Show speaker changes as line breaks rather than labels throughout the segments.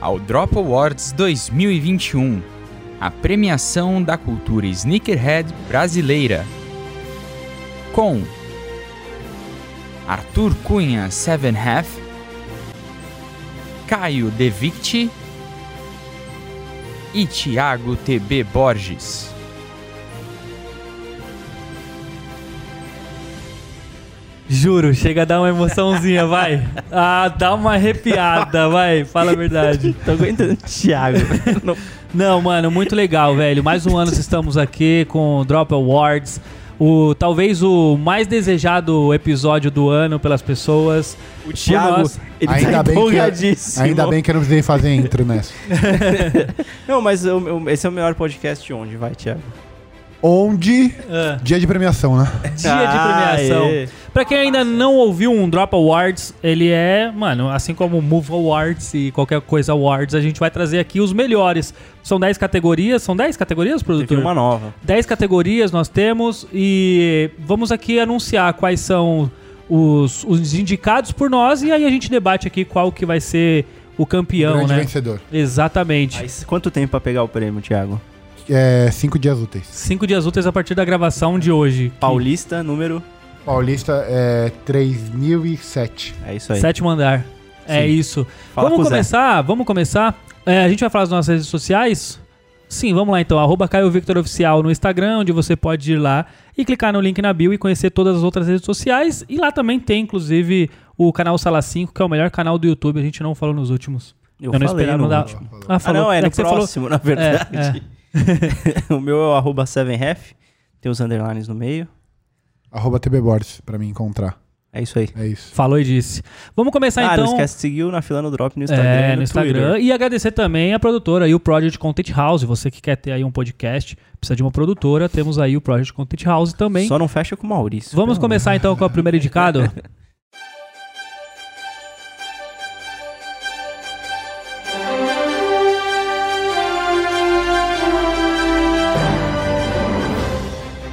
ao Drop Awards 2021, a premiação da cultura sneakerhead brasileira. Com Arthur Cunha Seven Half, Caio Devicti e Thiago TB Borges.
Juro, chega a dar uma emoçãozinha, vai. Ah, dá uma arrepiada, vai. Fala a verdade.
Tô aguentando, Thiago. Não.
Não, mano, muito legal, velho. Mais um ano estamos aqui com o Drop Awards. O, talvez o mais desejado episódio do ano pelas pessoas.
O
Por
Thiago,
nós.
ele tá
Ainda
é-
bem, que,
empolgadíssimo.
ainda bem que eu não precisei fazer intro nessa.
Não, mas o meu- esse é o melhor podcast de onde, vai, Thiago.
Onde.
Ah,
Dia de premiação, né?
dia de premiação.
Aê.
Pra quem ainda não ouviu um Drop Awards, ele é, mano, assim como o Move Awards e qualquer coisa Awards, a gente vai trazer aqui os melhores. São 10 categorias, são 10 categorias,
Teve
produtor?
uma nova.
10 categorias nós temos e vamos aqui anunciar quais são os, os indicados por nós e aí a gente debate aqui qual que vai ser o campeão,
Grande
né?
vencedor.
Exatamente.
Mas quanto tempo pra pegar o prêmio, Thiago?
É, cinco dias úteis.
Cinco dias úteis a partir da gravação de hoje. que-
Paulista, número.
Paulista é 3007.
É isso aí.
Sétimo andar. É
Sim.
isso.
Fala
vamos
com o Zé.
começar, vamos começar. É, a gente vai falar das nossas redes sociais? Sim, vamos lá então. Arroba Caio Victor Oficial no Instagram, onde você pode ir lá e clicar no link na bio e conhecer todas as outras redes sociais. E lá também tem, inclusive, o canal Sala 5, que é o melhor canal do YouTube. A gente não falou nos últimos. não
Eu, falei
esperava
no
mandar-
último.
Ah,
Ah, não, é no
que você é.
próximo, na verdade. o meu é o arroba 7ref. Tem os underlines no meio.
Arroba TB Borges pra me encontrar.
É isso aí.
É isso.
Falou e disse. Vamos começar
ah,
então.
não esquece de seguir o Na Fila no Drop no Instagram
É,
e no,
no
Twitter.
Instagram. E agradecer também a produtora e o Project Content House. Você que quer ter aí um podcast, precisa de uma produtora, temos aí o Project Content House também.
Só não fecha com o Maurício.
Vamos
pelo amor.
começar então com o primeiro indicado?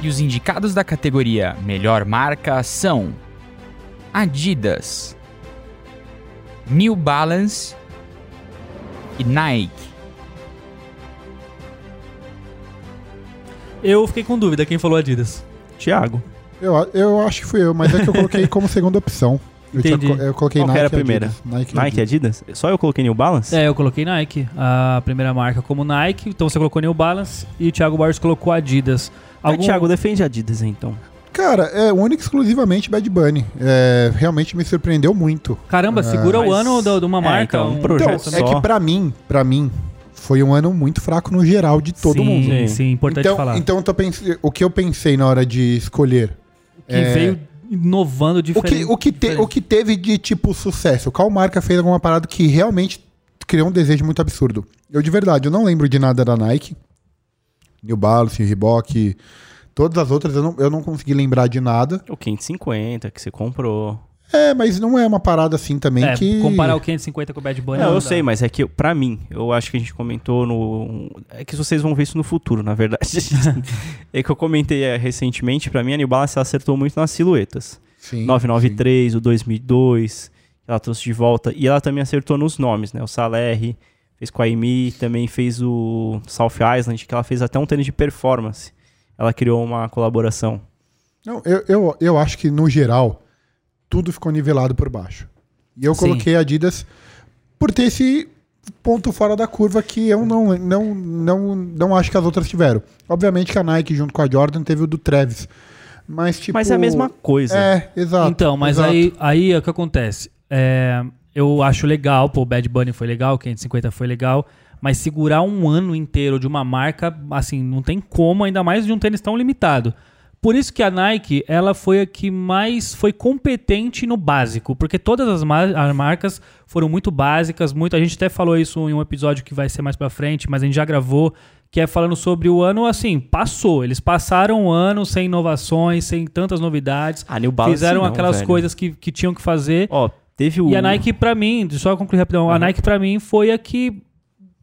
E os indicados da categoria Melhor Marca são Adidas, New Balance e Nike.
Eu fiquei com dúvida quem falou Adidas.
Thiago.
Eu, a- eu acho que fui eu, mas é que eu coloquei como segunda opção. Eu, tinha
Entendi.
co- eu coloquei
Qual que
Nike.
era a primeira?
Adidas. Nike.
Nike
Adidas.
Adidas? Só eu coloquei New Balance?
É, eu coloquei Nike, a primeira marca como Nike, então você colocou New Balance e o Thiago Borges colocou Adidas.
Algum...
Algum...
Thiago, defende Adidas então.
Cara, é única e exclusivamente Bad Bunny. É, realmente me surpreendeu muito.
Caramba, segura o
mas-
ano da- de uma
É,
marca.
então, um
um-
projeto
Então,
Projeto
é
só.
que pra mim, pra mim, foi um ano muito fraco no geral de todo
sim,
mundo.
Sim, sim, importante
então,
falar.
então eu tô pens... o que eu pensei na hora de escolher?
que
É.
veio inovando
O
diferente.
que, o, que te-
diferente.
o que teve de tipo sucesso? Qual marca fez alguma parada que realmente criou um desejo muito absurdo? Eu de verdade, eu não lembro de nada da Nike. New Balance, Reebok, todas as outras eu não, eu não consegui lembrar de nada.
O 550 que você comprou.
É, mas não é uma parada assim também
É,
que.
comparar o 550 com o Bad Bunny.
Não, eu
dá.
sei, mas é que pra mim, eu acho que a gente comentou no. É que vocês vão ver isso no futuro, na verdade. é que eu comentei é, recentemente, pra mim a New Balance ela acertou muito nas silhuetas.
Sim,
993, o 2002, que ela trouxe de volta. E ela também acertou nos nomes, né? O Saler, fez com a Amy, também fez o South Island, que ela fez até um tênis de performance. Ela criou uma colaboração.
Não, eu, eu, eu acho que no geral tudo ficou nivelado por baixo. E eu
Sim.
coloquei a Adidas por ter esse ponto fora da curva que eu não, não, não, não acho que as outras tiveram. Obviamente que a Nike junto com a Jordan teve o do Travis. Mas tipo
Mas é a mesma coisa.
É, exato.
Então, mas
exato.
aí, aí é o que acontece. É, eu acho legal, pô, o Bad Bunny foi legal, o 550 foi legal, mas segurar um ano inteiro de uma marca, assim, não tem como, ainda mais de um tênis tão limitado. Por isso que a Nike, ela foi a que mais foi competente no básico, porque todas as, ma- as marcas foram muito básicas, muito, a gente até falou isso em um episódio que vai ser mais pra frente, mas a gente já gravou, que é falando sobre o ano, assim, passou, eles passaram o ano sem inovações, sem tantas novidades,
A New Balance
fizeram
assim, não,
aquelas
velho.
coisas que, que tinham que fazer.
Ó, teve o.
E a Nike, pra mim, só concluir rapidão, a
Uhum.
Nike, pra mim, foi a que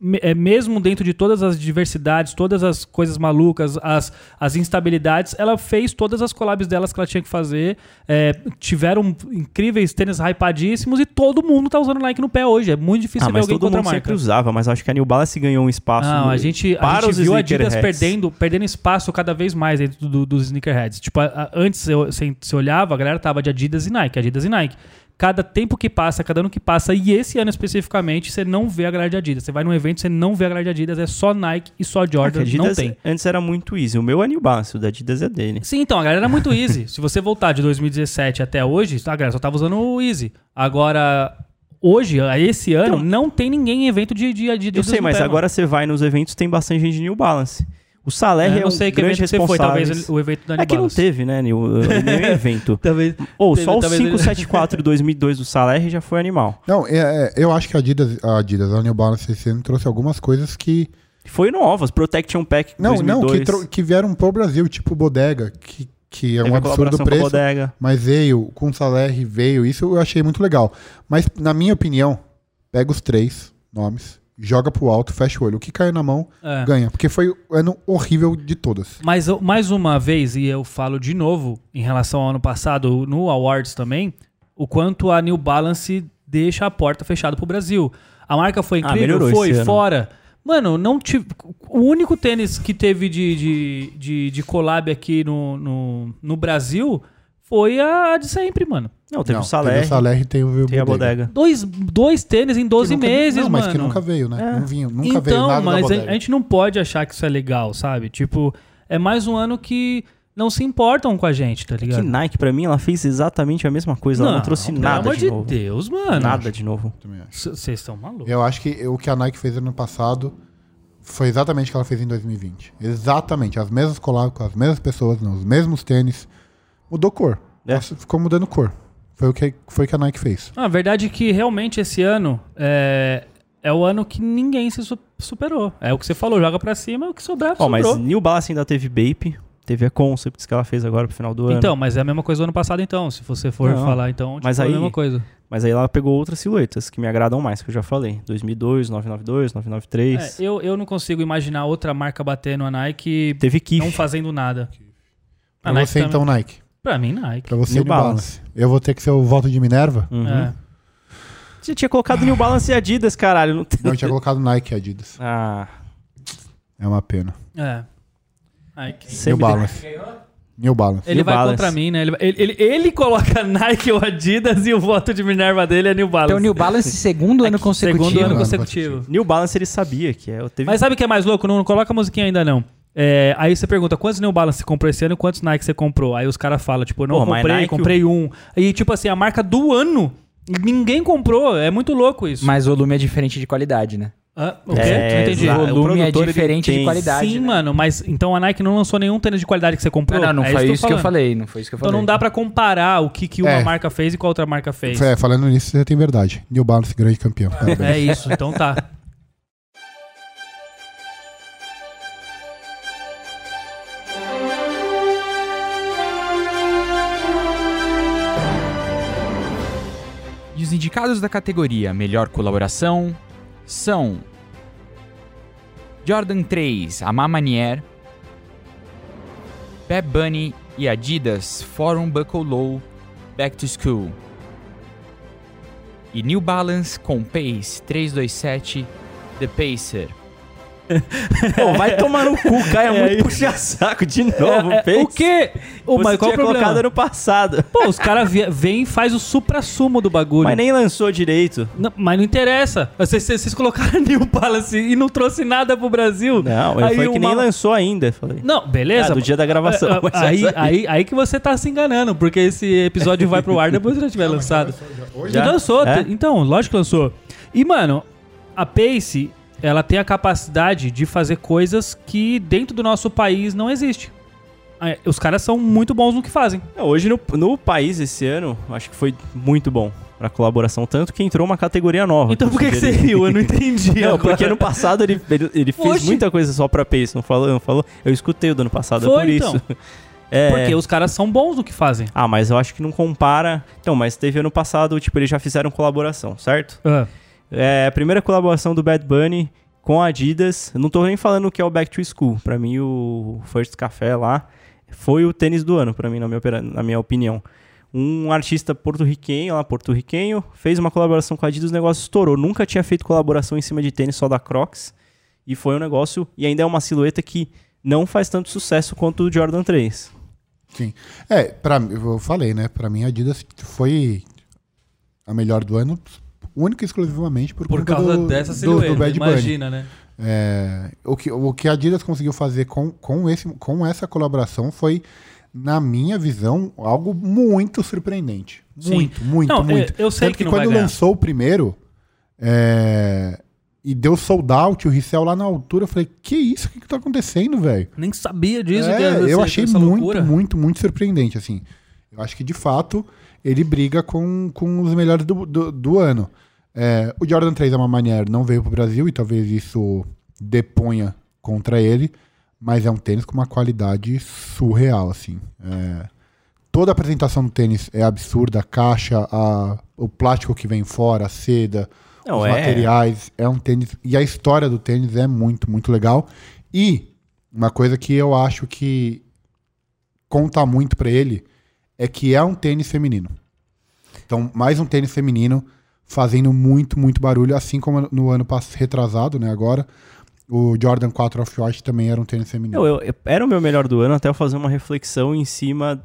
me- é, mesmo dentro de todas as diversidades, todas as coisas malucas, as, as instabilidades, ela fez todas as collabs delas que ela tinha que fazer. É, tiveram incríveis tênis hypadíssimos e todo mundo tá usando Nike no pé hoje. É muito difícil
ah,
ver
mas
alguém
todo
contra a
mundo
marca.
sempre usava, mas acho que a New Balance ganhou um espaço.
Não, a gente, a
para
gente
os
viu a Adidas
sneakerheads.
perdendo, perdendo espaço cada vez mais dentro do- dos sneakerheads. Tipo, a- a- antes eu- você você olhava, a galera tava de Adidas e Nike, Adidas e Nike. Cada tempo que passa, cada ano que passa, e esse ano especificamente, você não vê a galera de Adidas. Você vai num evento, você não vê a galera de Adidas, é só Nike e só
Ah,
Jordan,
que a Adidas
não tem.
Antes era muito easy. O meu é New Balance, o da Adidas é dele.
Sim, então, a galera era muito easy. Se você voltar de 2017 até hoje, a galera só tava usando o easy. Agora, hoje, a- esse ano,
Então-
não tem ninguém em evento de, de
Eu
Adidas.
sei,
no
mas
pé, não.
agora você vai nos eventos, tem bastante gente de New Balance. O Saler
É,
é,
não
um
sei que evento
grande
que você
responsável.
foi, talvez o evento da
É que não
Anibalas.
teve, né, New, nenhum evento.
Talvez.
Ou
Teve,
só o
talvez ele-
574 de 2002 do Saler já foi animal.
Não, é, é, eu acho que a Adidas, a Adidas, a New Balance esse ano trouxe algumas coisas que.
Foi novas, Protection Pack
Não,
2002.
não, que, tro- que vieram pro Brasil, tipo bodega, que, que é um
Teve a
absurdo
colaboração
o
com a
preço.
Bodega.
Mas veio, com o Saler veio, isso eu achei muito legal. Mas, na minha opinião, pega os três nomes, joga pro alto, fecha o olho. O que caiu na mão,
É.
ganha. Porque foi o ano horrível de todas.
Mas eu- mais uma vez, e eu falo de novo em relação ao ano passado, no Awards também, o quanto a New Balance deixa a porta fechada pro Brasil. A marca foi
Ah,
incrível,
melhorou
foi
esse ano.
fora. Mano, não tive. O único tênis que teve de, de, de, de collab aqui no, no, no Brasil foi a de sempre, mano.
Não, teve
Não,
o Saler,
o Saler e tem o
teve a Bodega.
Dois, dois tênis em 12
Que nunca-
meses,
não,
mano.
mas que nunca veio, né? Não vinha, nunca
então,
veio nada da
mas
bodega.
a, a gente não pode achar que isso é legal, sabe? Tipo, é mais um ano que não se importam com a gente, tá
É Que
ligado?
Nike, pra mim, ela fez exatamente a mesma coisa. ela não trouxe
pelo
nada
amor
de,
de
novo.
Deus, né? mano.
Nada de novo.
Também acho.
C- Vocês estão malucos.
Eu acho que o que a Nike fez ano passado foi exatamente o que ela fez em 2020. Exatamente. As mesmas collabs com as mesmas pessoas, nos mesmos tênis. Mudou cor.
É.
Nossa, ficou mudando cor. Foi o que, foi o que a Nike fez.
Ah, A verdade é que realmente esse ano é, é o ano que ninguém se su- superou. É o que você falou, joga pra cima, é o que sobrar,
Ó, mas
sobrou.
New Balance ainda teve Bape, teve a Concepts que ela fez agora pro final do
Então,
ano.
mas é a mesma coisa do ano passado, então. Se você for
Não,
falar, então, tipo,
mas
é a
aí-
mesma coisa.
Mas aí ela pegou outras silhuetas que me agradam mais, que eu já falei. 2002, 992, 993.
É, eu, eu não consigo imaginar outra marca batendo a Nike
Teve Kiff.
não fazendo nada.
Pra
A Nike
você,
também-
então, Nike.
Pra mim, Nike.
Pra você,
New
New Balance. Eu vou ter que ser o voto de Minerva?
Uhum.
É.
Você tinha colocado New Balance e Adidas, caralho. Não tem...
Não, eu tinha colocado Nike e Adidas.
Ah,
É uma pena.
É. Nike.
você
New
me deu-
Balance. New Balance.
Ele
New
vai
Balance.
contra mim, né? Ele, vai- ele, ele, ele coloca Nike ou Adidas e o voto de Minerva dele é New Balance.
Então, New Balance, segundo ano consecutivo.
Segundo ano
Ano
consecutivo.
New Balance ele sabia que é. eu Teve...
Mas sabe o que é mais louco? Não, não coloca a musiquinha ainda, não. É, aí você pergunta quantos New Balance você comprou esse ano e quantos Nike você comprou. Aí os caras falam, tipo, eu não
Pô, mas
comprei,
Nike-
comprei um. E tipo assim, a marca do ano, ninguém comprou. É muito louco isso.
Mas volume é diferente de qualidade, né?
Ah, o quê?
É,
não entendi.
exato.
O
O
volume é
produtor, ele
diferente de
tem-
qualidade.
Sim,
né?
mano, mas então a Nike não lançou nenhum tênis de qualidade que você comprou?
Não, não, não
É
foi
tô
isso que eu
falando.
falei. Não foi isso que eu
Então
falei.
não dá pra comparar o que, que uma
É.
marca fez e qual outra marca fez.
É, falando nisso, você tem verdade. New Balance, grande campeão. Parabéns.
É isso, então tá.
E os indicados da categoria Melhor Colaboração são Jordan 3, a Mamanier, Bad Bunny e Adidas Forum Buckle Low Back to School e New Balance com Pace 327 The Pacer.
Pô, vai tomar no cu, cara. É muito puxar saco de novo.
É,
fez.
o quê? Ô,
Você
mas qual é o
tinha
problema?
colocado ano passado.
Pô, os caras vi- vêm e faz o supra-sumo do bagulho.
Mas nem lançou direito.
Não, mas não interessa. Vocês, vocês- vocês colocaram New Balance e não trouxe nada pro Brasil.
Não, ele
Aí
foi que nem
uma-
lançou ainda. eu Falei.
Não, beleza.
Ah, do dia da gravação,
É,
mas
Aí,
essa aí-
aí, aí que você tá se enganando, porque esse episódio vai pro ar depois que já tiver lançado. Já lançou.
É?
te- Então, lógico que lançou. E, mano, a Pace, ela tem a capacidade de fazer coisas que dentro do nosso país não existe. É, Os caras são muito bons no que fazem.
Não, Hoje no, no país esse ano, acho que foi muito bom pra colaboração, tanto que entrou uma categoria nova.
Então por que, que você
sugeri.
riu? Eu não entendi.
Não,
agora.
porque ano passado ele, ele, ele fez
Oxi.
muita coisa só pra Pace, não falou, não falou. Eu escutei o do ano passado, é
Foi,
por
então.
isso. É,
Porque os caras são bons no que fazem.
Ah, mas eu acho que não compara. Então, mas teve ano passado, tipo, eles já fizeram colaboração, certo?
Ah,
É, a primeira colaboração do Bad Bunny com a Adidas, eu não tô nem falando o que é o Back to School. Pra mim, o First Café lá foi o tênis do ano, pra mim, na minha, opera- na minha opinião. Um artista porto-riquenho, lá porto-riquenho, fez uma colaboração com a Adidas, o negócio estourou. Nunca tinha feito colaboração em cima de tênis só da Crocs. E foi um negócio, e ainda é uma silhueta que não faz tanto sucesso quanto o Jordan 3.
Sim. É, pra, mim- eu falei, né? Pra mim a Adidas foi a melhor do ano, única e exclusivamente por,
Por
conta
causa
do,
dessa
do, do
silhueta,
Bad Bunny.
imagina, né?
É, o, que, o que a Adidas conseguiu fazer com, com, esse, com essa colaboração foi, na minha visão, algo muito surpreendente.
Sim.
Muito, muito,
Não,
muito.
eu- eu sei
Tanto
que não vai
quando
ganhar.
lançou o primeiro é, e deu sold out, o Ricel lá na altura, eu falei, que isso? O que, que tá acontecendo, velho?
Nem sabia disso.
É,
que era
eu
essa-
achei
essa
muito,
loucura.
muito, muito surpreendente, assim. Eu acho que, de fato, ele briga com, com os melhores do, do, do ano. É, o Jordan 3 é uma maneira, não veio pro Brasil e talvez isso deponha contra ele, mas é um tênis com uma qualidade surreal, assim. É, toda a apresentação do tênis é absurda, a caixa, a, o plástico que vem fora, a seda,
Não,
os
é-
materiais, é um tênis. E a história do tênis é muito, muito legal. E uma coisa que eu acho que conta muito pra ele é que é um tênis feminino. Então, mais um tênis feminino fazendo muito, muito barulho, assim como no ano passado, retrasado, né, agora, o Jordan 4 Off-White também era um tênis feminino.
Eu, eu- eu- era o meu melhor do ano até eu fazer uma reflexão em cima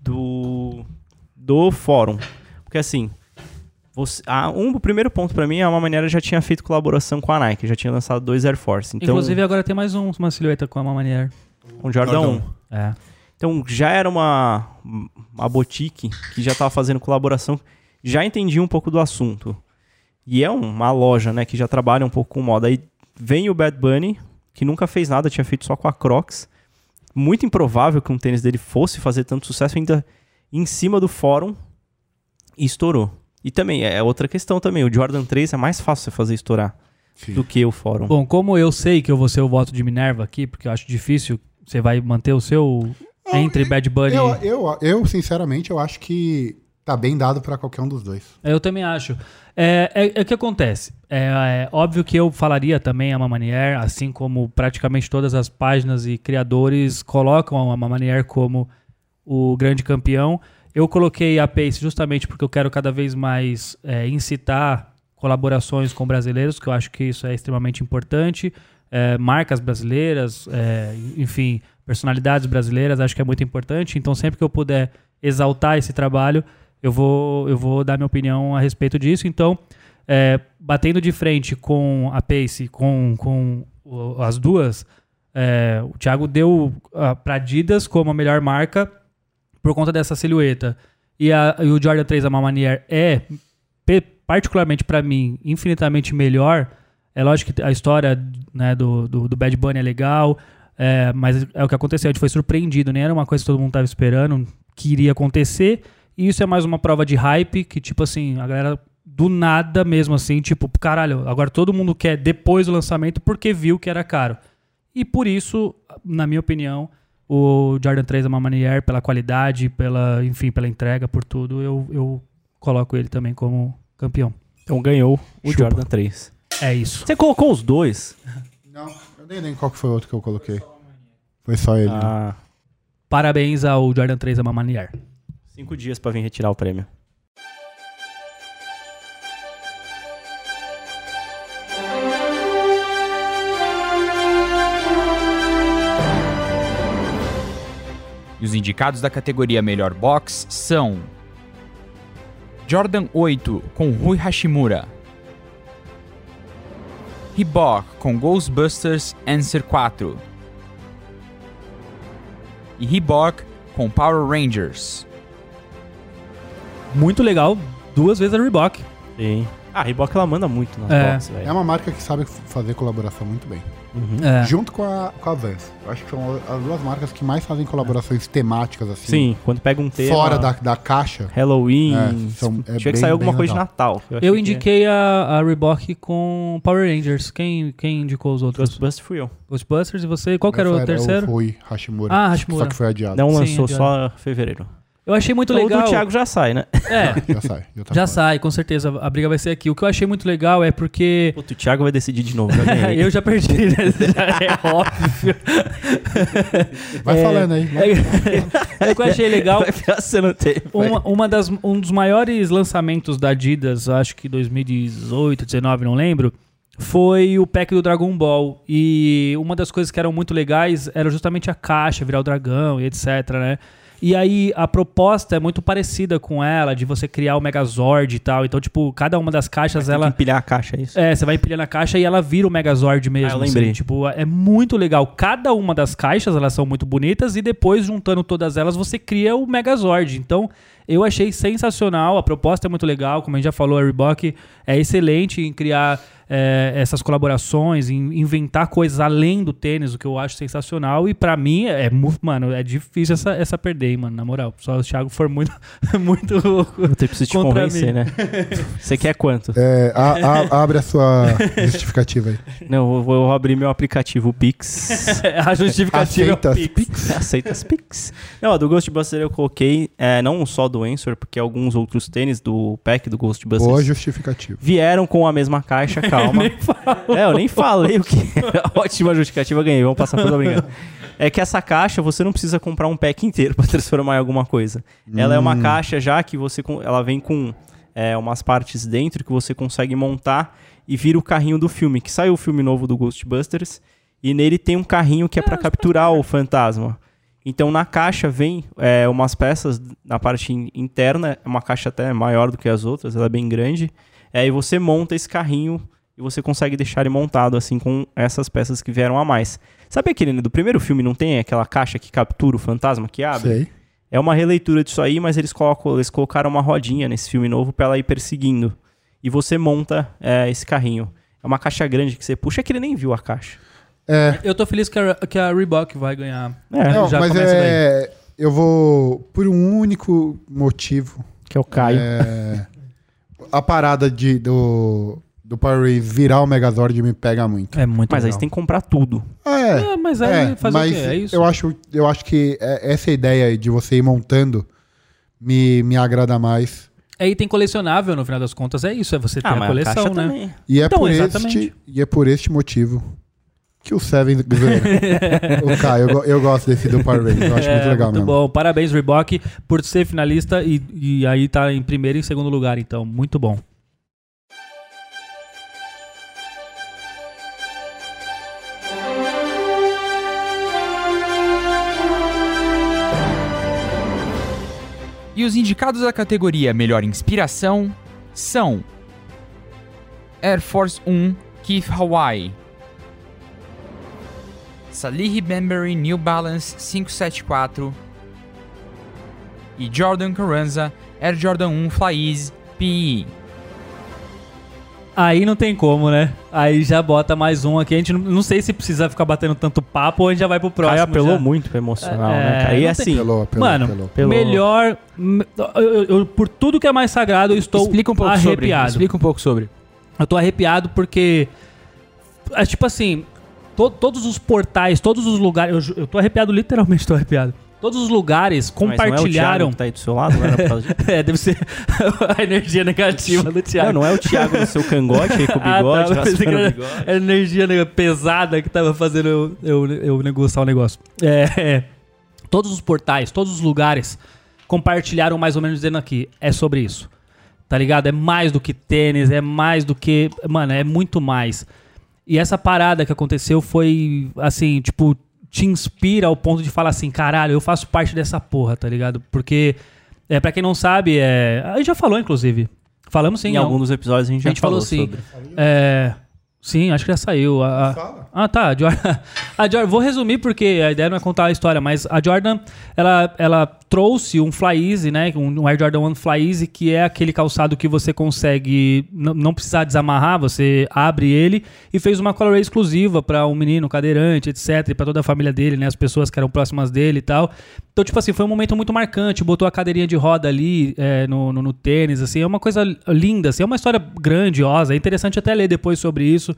do do fórum. Porque assim, você- ah, um, o primeiro ponto pra mim é uma maneira já tinha feito colaboração com a Nike, já tinha lançado dois Air Force. Então,
Inclusive, agora tem mais um, uma silhueta com a Mamanier.
um Jordan
Jordan.
1.
É.
Então já era uma, uma boutique que já estava fazendo colaboração, já entendi um pouco do assunto. E é uma loja, né, que já trabalha um pouco com moda. Aí vem o Bad Bunny, que nunca fez nada, tinha feito só com a Crocs. Muito improvável que um tênis dele fosse fazer tanto sucesso ainda em cima do fórum e estourou. E também é outra questão também, o Jordan 3 é mais fácil você fazer estourar
Sim.
do que o fórum.
Bom, como eu sei que eu vou ser o voto de Minerva aqui, porque eu acho difícil, você vai manter o seu entre Bad Bunny.
Eu, eu, eu, sinceramente, eu acho que tá bem dado pra qualquer um dos dois.
Eu também acho. É, é, é o que acontece. É, é óbvio que eu falaria também a Mamanier, assim como praticamente todas as páginas e criadores colocam a Mamanier como o grande campeão. Eu coloquei a Pace justamente porque eu quero cada vez mais é, incitar colaborações com brasileiros, que eu acho que isso é extremamente importante. É, marcas brasileiras, é, enfim, personalidades brasileiras, acho que é muito importante. Então, sempre que eu puder exaltar esse trabalho, eu vou, eu vou dar minha opinião a respeito disso. Então, é, batendo de frente com a Pace, com, com o- as duas, é, o Thiago deu para Adidas como a melhor marca por conta dessa silhueta. E, a- e o Jordan 3 da Mamanier é, pe- particularmente para mim, infinitamente melhor. É lógico que a história né, do, do, do Bad Bunny é legal, é, mas é o que aconteceu. A gente foi surpreendido, nem era uma coisa que todo mundo estava esperando que iria acontecer. E isso é mais uma prova de hype que, tipo assim, a galera do nada mesmo assim, tipo, caralho, agora todo mundo quer depois do lançamento porque viu que era caro. E por isso, na minha opinião, o Jordan 3 da Mamanier, pela qualidade, pela, enfim, pela entrega, por tudo, eu, eu coloco ele também como campeão.
Então ganhou o
Chupa.
Jordan 3.
É isso.
Você colocou os dois?
Não, eu nem lembro qual que foi o outro que eu coloquei. Foi só ele. né?
Ah,
Parabéns ao Jordan é 3 da Mamanier.
cinco dias pra vir retirar o prêmio.
E os indicados da categoria Melhor Box são Jordan 8 com Rui Hashimura, Reebok com Ghostbusters Answer 4 e Reebok com Power Rangers.
Muito legal, duas vezes a Reebok.
Sim. Ah, a Reebok ela manda muito nas
É.
boxes, velho.
É uma marca que sabe fazer colaboração muito bem.
É.
Junto com a, com a Vans. Eu acho que são as duas marcas que mais fazem
É.
colaborações temáticas, assim.
Sim, quando pega um tema.
Fora da, da caixa.
Halloween.
É, são- é
tinha
bem-
que sair alguma
bem
coisa
legal.
de Natal. que achei
Eu
que-
indiquei a, a Reebok com Power Rangers. Quem, quem indicou os outros?
Ghostbusters fui eu.
Ghostbusters e você? Qual que era o
Essa
terceiro?
Foi Hashimura.
Ah,
Só
Hashimura.
que foi adiado.
Não
Sim,
lançou
adiado.
só fevereiro.
Eu achei muito
Então, O
legal.
do Thiago já sai, né?
É,
Já sai. Já, tá
já
fora.
sai, com certeza. A briga vai ser aqui. O que eu achei muito legal é porque.
Puta, o Thiago vai decidir de novo. já ganhei.
eu já perdi, né? É óbvio.
Vai
É,
falando aí. vai.
É, é o que eu achei legal.
Vai ficar sendo tempo. vai.
Uma, uma das, um dos maiores lançamentos da Adidas, acho que 2018, 19, não lembro, foi o pack do Dragon Ball. E uma das coisas que eram muito legais era justamente a caixa, virar o dragão e etc, né? E aí a proposta é muito parecida com ela, de você criar o Megazord e tal. Então, tipo, cada uma das caixas,
Tem que
ela...
empilhar a caixa, é isso?
É, você vai empilhando a caixa e ela vira o Megazord mesmo.
Ah, eu lembrei.
Tipo, é muito legal. Cada uma das caixas, elas são muito bonitas e depois, juntando todas elas, você cria o Megazord. Então, eu achei sensacional. A proposta é muito legal. Como a gente já falou, a Reebok é excelente em criar é, essas colaborações, em inventar coisas além do tênis, o que eu acho sensacional. E pra mim, é mu- mano, é difícil essa, essa perder, hein, mano, na moral. Só o Thiago for muito, muito louco.
Eu preciso te
Contra
convencer,
mim.
né? Você quer quanto?
É, a- a- abre a sua justificativa aí.
Não, eu vou, eu vou abrir meu aplicativo o Pix.
A justificativa.
Aceita as
Pix.
Pix?
Aceita as Pix. Não, a do Ghostbuster eu coloquei é, não só do Ensor, porque alguns outros tênis do pack do Ghostbusters
Boa justificativa.
vieram com a mesma caixa, calma. É, eu nem falei o que. Ótima justificativa, ganhei. Vamos passar por obrigado. É que essa caixa você não precisa comprar um pack inteiro pra transformar em alguma coisa. Ela é uma caixa já que você. con- Ela vem com é, umas partes dentro que você consegue montar e vira o carrinho do filme. Que saiu o filme novo do Ghostbusters. E nele tem um carrinho que é pra capturar o fantasma. Então na caixa vem é, umas peças na parte in- interna, é uma caixa até maior do que as outras, ela é bem grande. É, e você monta esse carrinho e você consegue deixar ele montado assim com essas peças que vieram a mais. Sabe aquele né, do primeiro filme não tem aquela caixa que captura o fantasma que abre?
Sei.
É uma releitura disso aí, mas eles, colocam, eles colocaram uma rodinha nesse filme novo pra ela ir perseguindo. E você monta é, esse carrinho. É uma caixa grande que você puxa, é que ele nem viu a caixa.
É,
Eu tô feliz que a, que a Reebok vai ganhar.
É,
não,
já
mas
começa
é. Eu vou. Por um único motivo.
que é o Caio.
é, a parada de, do, do Power Rangers virar o Megazord me pega muito.
É muito
Mas aí você tem que comprar tudo.
É.
É, mas aí
é,
fazer o
mas
quê? É isso?
Eu acho, eu acho que é- essa ideia de você ir montando me, me agrada mais.
É item colecionável, no final das contas, é isso. É você
Ah,
ter a coleção, né?
também.
E é,
Então,
por este,
exatamente.
e é por este motivo que o Seven ganhou. o Caio, eu, go- eu gosto desse do Power Rangers, eu acho muito
É,
legal
muito
mesmo.
bom. Parabéns, Reebok, por ser finalista e, e aí tá em primeiro e segundo lugar, então. Muito bom.
E os indicados da categoria Melhor Inspiração são Air Force 1 Keith Hawaii, Salih Bembury New Balance 574 e Jordan Carranza Air Jordan 1 Flaiz PE.
Aí não tem como, né? Aí já bota mais um aqui. A gente não, não sei se precisa ficar batendo tanto papo ou a gente já vai pro próximo.
Caio apelou
já.
muito pro emocional,
É,
né, cara?
não
E
tem-
assim,
Pelou, pelou,
Mano,
pelou.
Pelou.
melhor. eu- eu- eu- por tudo que é mais sagrado, eu estou
Explica um pouco sobre.
arrepiado.
Explica um pouco sobre.
Eu tô arrepiado porque. É tipo assim. to- todos os portais, todos os lugares. Eu, ju- eu tô arrepiado, literalmente tô arrepiado. Todos os lugares
mas não é o Thiago
compartilharam.
que tá aí do seu lado, não era por causa de...
É, deve ser a energia negativa do Thiago.
Não, não é o Thiago no seu cangote aí com o
Ah,
bigode,
tá, pensei que
raspando o
era
bigode.
a energia nega- pesada que tava fazendo eu, eu, eu negociar o negócio. É, é. Todos os portais, todos os lugares compartilharam mais ou menos dizendo aqui, é sobre isso. Tá ligado? É mais do que tênis, é mais do que. Mano, é muito mais. E essa parada que aconteceu foi assim, tipo, te inspira ao ponto de falar assim, caralho, eu faço parte dessa porra, tá ligado? Porque, é, para quem não sabe, é. A gente já falou, inclusive. Falamos sim.
Em
não.
algum dos episódios a gente
A
já
gente falou
falou
sim.
sobre.
É, sim, acho que já saiu. A, a, ah, tá. A Jordan, a Jordan- vou resumir porque a ideia não é contar a história, mas a Jordan ela, ela trouxe um Fly Easy, né? Um, um Air Jordan 1 Fly Easy, que é aquele calçado que você consegue n- não precisar desamarrar, você abre ele e fez uma colorway exclusiva pra um menino cadeirante, etc, e pra toda a família dele, né, as pessoas que eram próximas dele e tal. Então, tipo assim, foi um momento muito marcante, botou a cadeirinha de roda ali é, no, no, no tênis, assim, é uma coisa linda, assim, é uma história grandiosa, é interessante até ler depois sobre isso,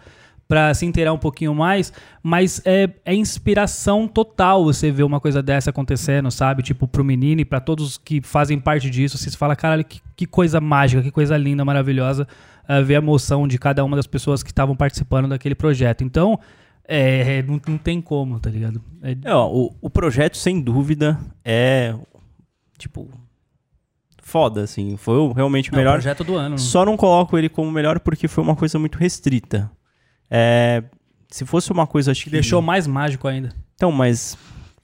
pra se inteirar um pouquinho mais, mas é, é inspiração total você ver uma coisa dessa acontecendo, sabe? Tipo, pro menino e pra todos que fazem parte disso, assim, você fala, caralho, que, que coisa mágica, que coisa linda, maravilhosa, eh, ver a emoção de cada uma das pessoas que estavam participando daquele projeto. Então, é, é, não, não tem como, tá ligado? É,
É, ó, o, o projeto, sem dúvida, é. Tipo. Foda, assim. Foi o- realmente o
é o
melhor.
projeto do ano.
Só não coloco ele como melhor porque foi uma coisa muito restrita. É, se fosse uma coisa, acho que.
Que deixou mais mágico ainda.
Então, mas.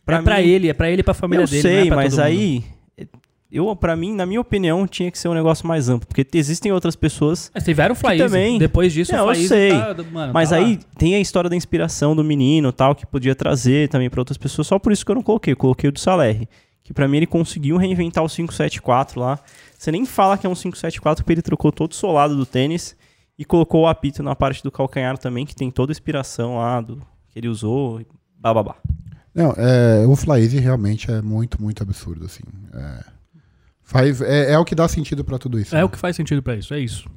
é pra ele, é pra ele e pra família
eu
dele. não é
sei,
pra
mas
todo mundo.
aí. Eu, pra mim, na minha opinião, tinha que ser um negócio mais amplo. Porque existem outras pessoas.
Mas tiveram o Flaís.
também-
Depois disso,
Não,
o
eu
Flaís
sei.
tá- mano,
Mas
tá lá.
aí tem a história da inspiração do menino tal, que podia trazer também pra outras pessoas. Só por isso que eu não coloquei. Eu coloquei o do Saler. Que pra mim ele conseguiu reinventar o 574 lá. Você nem fala que é um 574, porque ele trocou todo o solado do tênis e colocou o apito na parte do calcanhar também, que tem toda a inspiração lá do que ele usou. e Bababá.
Não, é, o Flaíse realmente é muito, muito absurdo, assim. É, faz, é, é o que dá sentido pra tudo isso.
É
né?
o que faz sentido pra isso, é isso.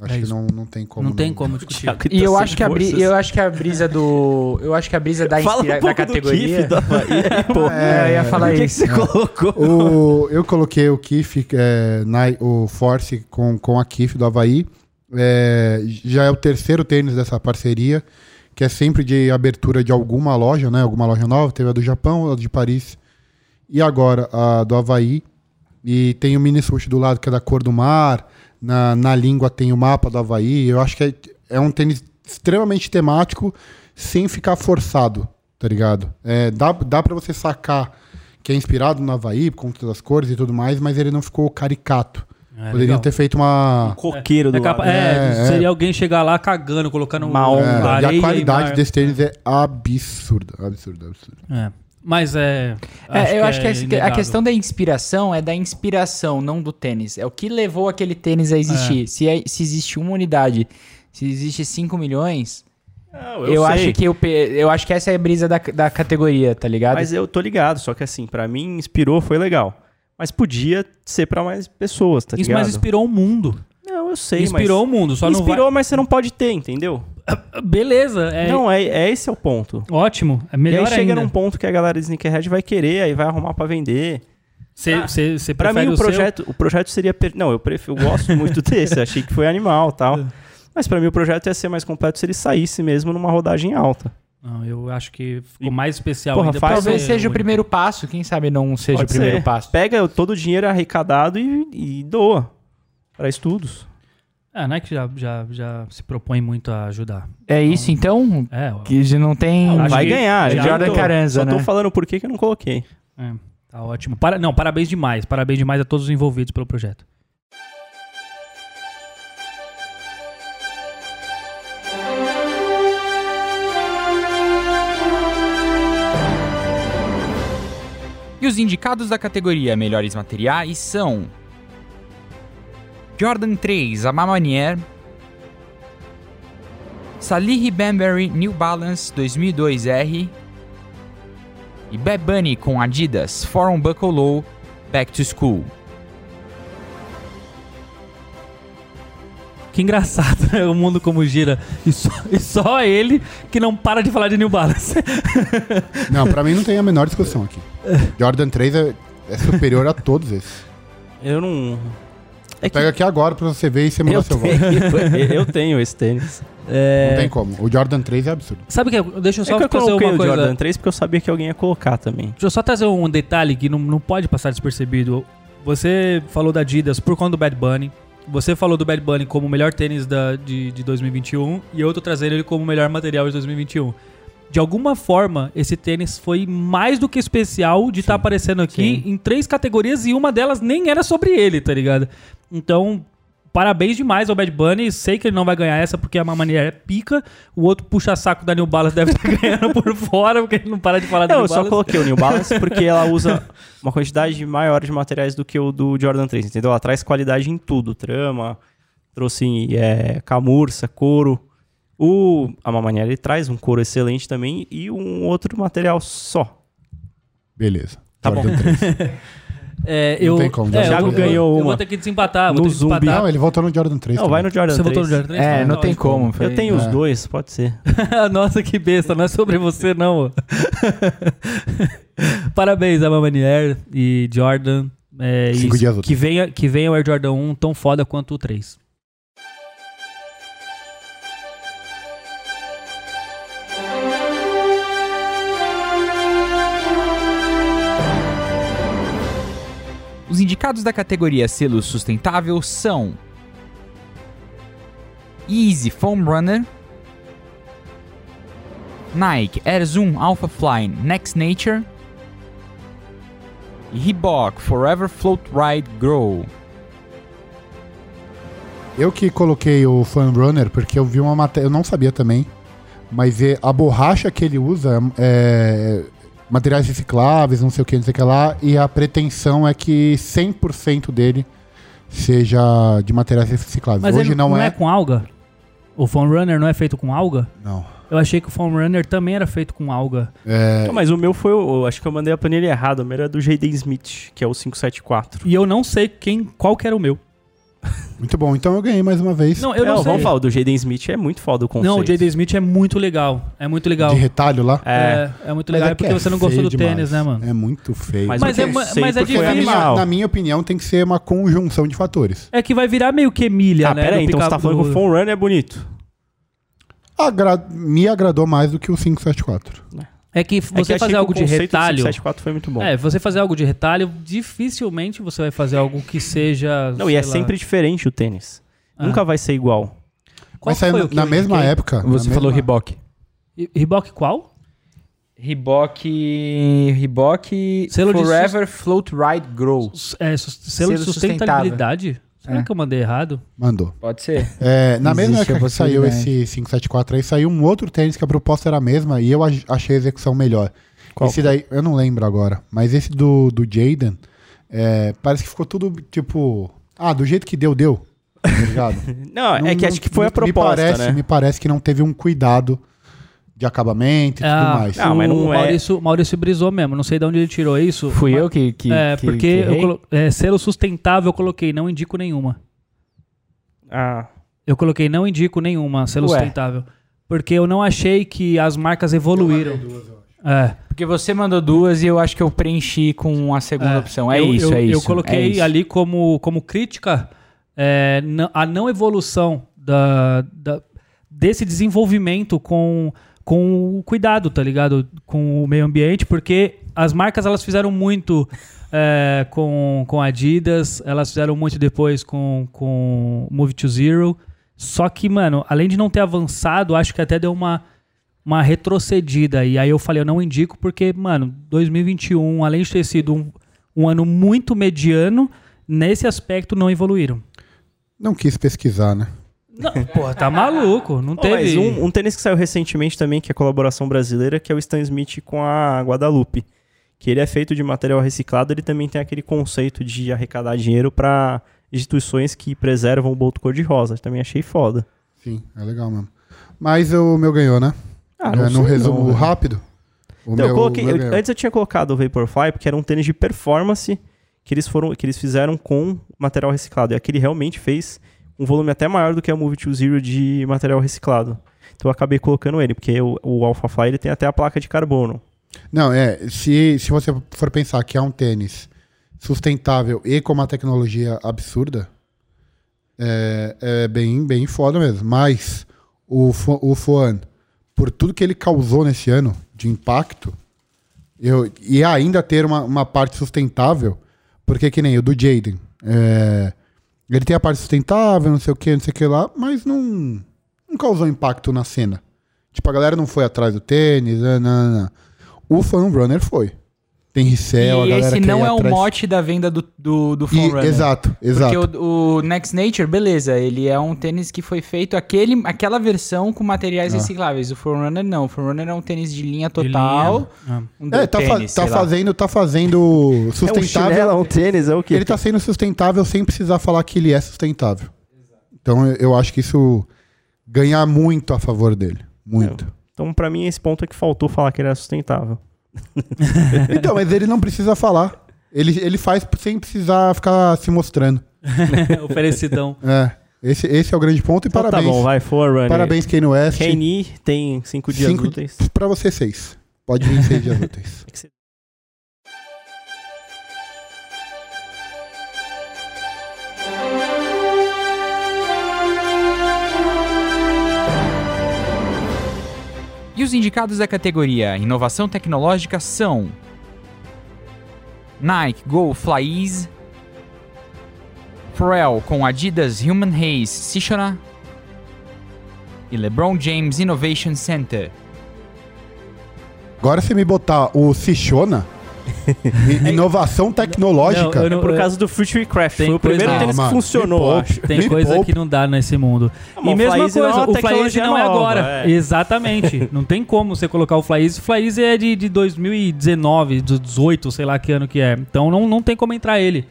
Acho
é
que
isso.
não, não tem como.
não tem como discutir.
Thiago,
E
tá
eu
sem
acho, que a bri-
forças.
eu acho que a brisa do. Eu acho que a brisa da,
Fala um
inspira-
pouco
da
Do
categoria.
GIF da Bahia, pô.
É, eu ia falar
Por que, que
isso.
você colocou?
O- eu coloquei o Kif, é, na- o Force com, com a Kif do Havaí. É, já é o terceiro tênis dessa parceria, que é sempre de abertura de alguma loja, né? Alguma loja nova. Teve a do Japão, a de Paris e agora a do Havaí. E tem o mini sushi do lado, que é da cor do mar. Na, na língua tem o mapa do Havaí. Eu acho que é, é um tênis extremamente temático, sem ficar forçado, tá ligado? É, dá dá para você sacar que é inspirado no Havaí, por conta das cores e tudo mais, mas ele não ficou caricato.
É,
Poderiam
legal.
ter feito uma.
Coqueiro do
É capa-
lado.
é,
É, é.
seria alguém chegar lá cagando, colocando
Mal.
um-
É,
É,
areia
e
e
a qualidade
mar.
desse tênis é absurda, absurda, absurda.
É. Mas é.
É, eu acho que, a- a
inegável.
questão da inspiração é da inspiração, não do tênis. É o que levou aquele tênis a existir. Se, é- se existe uma unidade, se existe 5 milhões, eu, acho que o pe- eu acho que essa é a brisa da, da categoria, tá
é
ligado?
Mas eu tô ligado, só que assim, pra mim inspirou, foi legal. Mas podia ser pra mais pessoas, tá
Isso,
ligado?
mas inspirou o mundo.
Não, eu sei,
inspirou o mundo. Só
mas... Inspirou,
não
mas você não pode ter, entendeu?
vai... Beleza. É
Não, é, é esse é o ponto.
ótimo. É
e aí
melhor
chega
ainda.
num ponto que a galera de Sneakerhead vai querer, aí vai arrumar pra vender. Ah,
Você
Pra
prefere
mim, o
seu?
projeto, o projeto seria... per- Não, eu, prefiro, eu gosto muito desse, achei que foi animal tal.
É.
Mas pra mim o projeto ia ser mais completo se ele saísse mesmo numa rodagem alta.
Não, eu acho que ficou mais especial
Porra,
ainda.
faz- um
Talvez
ser
seja o
único.
primeiro passo, quem sabe não seja
Pode
o primeiro
ser.
passo. É
Pega todo o dinheiro arrecadado e, e doa pra estudos.
É, a Nike já, já, já se propõe muito a ajudar.
É isso então?
É,
Que já não tem.
Não, Acho
vai
que-
ganhar.
Já
já
Jordan
tô-
Caranza,
Só tô
né?
falando por que que eu não coloquei.
É, tá ótimo. Para- não, parabéns demais. Parabéns demais a todos os envolvidos pelo projeto.
E os indicados da categoria Melhores Materiais são Jordan 3, a Mamanier, Salih Bemberry New Balance 2002R e Bad Bunny com Adidas Forum Buckle Low Back to School.
Que engraçado, né? O mundo como gira. E só, e só ele que não para de falar de New Balance.
Não, pra mim não tem a menor discussão aqui. Jordan 3 é, é superior a todos esses.
Eu não. É que
Pega aqui agora pra você ver e você mudar
eu,
seu voto.
tenho, eu tenho esse tênis.
Não tem como. O Jordan 3 é absurdo.
Sabe o que? é? Deixa eu
É
só
que eu
fazer
coloquei
uma
o
coisa.
Jordan 3 porque eu sabia que alguém ia colocar também.
Deixa eu só trazer um detalhe que não, não pode passar despercebido. Você falou da Adidas por conta do Bad Bunny. Você falou do Bad Bunny como o melhor tênis da, de, de 2021 e eu tô trazendo ele como o melhor material de 2021. De alguma forma, esse tênis foi mais do que especial de estar aparecendo aqui em três categorias e uma delas nem era sobre ele, tá ligado? Então, parabéns demais ao Bad Bunny. Sei que ele não vai ganhar essa porque a Mamania é pica. O outro puxa-saco da New Balance deve estar ganhando por fora porque ele não para de falar da
Não,
New
eu só
Balance.
coloquei o New Balance porque ela usa uma quantidade maior de materiais do que o do Jordan 3, entendeu? Ela traz qualidade em tudo: trama, trouxe é, camurça, couro. O, a Mamaniera ele traz um couro excelente também e um outro material só.
Beleza.
Tá
Jordan 3.
É,
Não
eu,
tem como,
é,
Jordan
eu
Thiago
vou-
ganhou
eu
uma.
vou ter que desempatar. Vou ter
No
que
zumbi.
desempatar.
Não, ele voltou no Jordan 3.
Não, vai no Jordan
Você
3.
votou no Jordan 3?
É, não,
Tá
tem
ótimo.
como. foi-
Eu tenho os
né?
É.
dois, pode ser.
Nossa, que besta, não é sobre você, não. Parabéns a Mamanier e Jordan. É, e
Cinco dias úteis.
que venha, que venha o Air Jordan 1 tão foda quanto o 3.
Os indicados da categoria selo sustentável são Easy Foam Runner, Nike Air Zoom Alpha Flying Next Nature e Reebok Forever Float Ride Grow.
Eu que coloquei o Fan Runner porque eu vi uma matéria, eu não sabia também, mas é- a borracha que ele usa é materiais recicláveis, não sei o que, não sei o que lá, e a pretensão é que 100% dele seja de materiais recicláveis.
Mas
Hoje
ele
não, é.
com alga? O Foam Runner não é feito com alga?
Não.
Eu achei que o Foam Runner também era feito com alga.
É,
Não, mas o meu foi o. Acho que eu mandei a planilha errada. O meu era do Jaden Smith, que é o 574.
E eu não sei quem, qual que era o meu.
muito bom. Então eu ganhei mais uma vez.
Não, eu
É,
não, sei.
vamos falar, o do Jaden Smith é muito foda o conceito.
Não, o J.D. Smith é muito legal. É muito legal.
De retalho lá.
É.
é, é muito legal. É
que
porque você não gostou do
feio demais.
tênis, né, mano?
É muito feio.
Mas,
Mas
o
é-
conceito
mas é
foi
Foi a
difícil.
minha-
animal.
na minha opinião, tem que ser uma conjunção de fatores.
É que vai virar meio que milha,
Ah,
né?
pera
do
aí, então você tá
pica-
falando que
do-
o Phone Runner é bonito.
Agra- me agradou mais do que o 574.
É que
É que
você
achei
fazer
que
algo
o
de
conceito
retalho.
Do 574 foi muito bom.
É, você fazer algo de retalho, dificilmente você vai fazer algo que seja.
não, e
sei
é
lá.
sempre diferente o tênis.
Ah.
Nunca vai ser igual.
Qual
Mas saiu
foi
na-
o que
na
eu
mesma
indiquei?
época.
Você
na
falou
mesma-
Reebok.
E- Reebok qual?
Reebok. Reebok.
Selo de
Forever Float Ride Grow.
S- É, sus- selo de
Selo
sustentabilidade? Será
É.
que eu mandei errado?
Mandou.
Pode ser?
É, na mesma
Existe a
época que saiu
possibilidade.
esse 574 aí, saiu um outro tênis que a proposta era a mesma e eu ach- achei a execução melhor.
Qual?
Esse daí, eu não lembro agora, mas esse do, do Jaden, é, parece que ficou tudo tipo. Ah, do jeito que deu, deu. Tá ligado?
Não, é
Não-
que acho que
não-
foi a
me
proposta,
parece,
né?
Me parece que não teve um cuidado de acabamento e
Ah,
tudo mais.
Não, mas não
o
é-
Maurício, Maurício brisou mesmo, não sei de onde ele tirou isso.
Fui eu que. que
é,
que-
porque
que
eu
errei?
colo- é, selo sustentável eu coloquei, não indico nenhuma.
Ah,
Eu coloquei não indico nenhuma selo
Ué.
sustentável. Porque eu não achei que as marcas evoluíram. É.
Porque você mandou duas e eu acho que eu preenchi com a segunda
É,
opção. É
eu-
isso,
eu,
é isso.
Eu coloquei
é isso.
ali como, como crítica é, na- a não evolução da, da- desse desenvolvimento com, com o cuidado, tá ligado? Com o meio ambiente, porque as marcas elas fizeram muito é, com, com Adidas, elas fizeram muito depois com, com Move to Zero. Só que, mano, além de não ter avançado, acho que até deu uma uma retrocedida. E aí eu falei, eu não indico, porque, mano, 2021, além de ter sido um, um ano muito mediano, nesse aspecto não evoluíram.
Não quis pesquisar, né?
Não, porra, tá maluco. Não
Não, É. mas
teve.
um, um tênis que saiu recentemente também, que é colaboração brasileira, que é o Stan Smith com a Guadalupe. Que ele é feito de material reciclado, ele também tem aquele conceito de arrecadar dinheiro pra instituições que preservam o boto cor-de-rosa. Também achei foda.
Sim, é legal mesmo. Mas o meu ganhou, né?
Ah,
É,
sei
no resumo
velho.
rápido. O
Então, eu
meu-
coloquei,
o meu
eu-
ganhou.
antes eu tinha colocado o Vaporfly, porque era um tênis de performance que eles, foram, que eles fizeram com material reciclado. E aquele realmente fez um volume até maior do que a Move to Zero de material reciclado. Então eu acabei colocando ele, porque o, o Alphafly ele tem até a placa de carbono.
Não, é. Se, se você for pensar que é um tênis sustentável e com uma tecnologia absurda, é, é bem, bem foda mesmo. Mas o, Fo- o Foan, por tudo que ele causou nesse ano de impacto, eu, e ainda ter uma, uma parte sustentável, porque que nem o do Jaden. é, ele tem a parte sustentável, não sei o que, não sei o que lá, mas não, não causou impacto na cena. Tipo, a galera não foi atrás do tênis, nananana. O fan runner foi. Tem resell, a
E
galera
esse
quer
não
ir
é o
atrás.
mote da venda do, do, do
E-
Phone Runner.
Exato, exato.
Porque o, o Next Nature, beleza, ele é um tênis que foi feito aquele, aquela versão com materiais
Ah.
recicláveis. O Forerunner não. O Forerunner é um tênis de linha total.
ah.
Um
É, tá, fa-
tênis,
tá
sei lá.
fazendo, tá fazendo sustentável.
um tênis, é o quê?
ele tá sendo sustentável sem precisar falar que ele é sustentável. Então eu, eu acho que isso ganha muito a favor dele. Muito.
Então pra mim esse ponto é que faltou falar que ele era sustentável.
Então, mas ele não precisa falar. Ele, ele faz sem precisar ficar se mostrando.
um
Oferecidão.
É. Esse, esse é o grande ponto e
Então
parabéns.
Tá bom, vai, Forerunner.
Parabéns, Kanye West.
Kenny tem cinco dias
Cinco
úteis.
Pra você, seis. Pode vir seis dias úteis.
E os indicados da categoria Inovação Tecnológica são Nike Go Flyease, Pharrell com Adidas Human Haze Sishona e LeBron James Innovation Center.
Agora, se me botar o Cichona, i- inovação tecnológica.
É, Não, eu não-
É Por causa do Future Craft.
Tem
Foi o primeiro
coisa-
tênis
Ah,
que
mano,
funcionou,
me
eu acho.
Tem
Me
coisa
poupe.
que não dá nesse mundo.
Mas
e
o
mesma
Flyze não é
coisa,
uma
o Flyease
tecnologia
não é
nova,
agora.
é.
Exatamente. não tem como você colocar o Flyease. O Flyease é de, de 2019, de 18, sei lá que ano que é. Então não, não tem como entrar ele.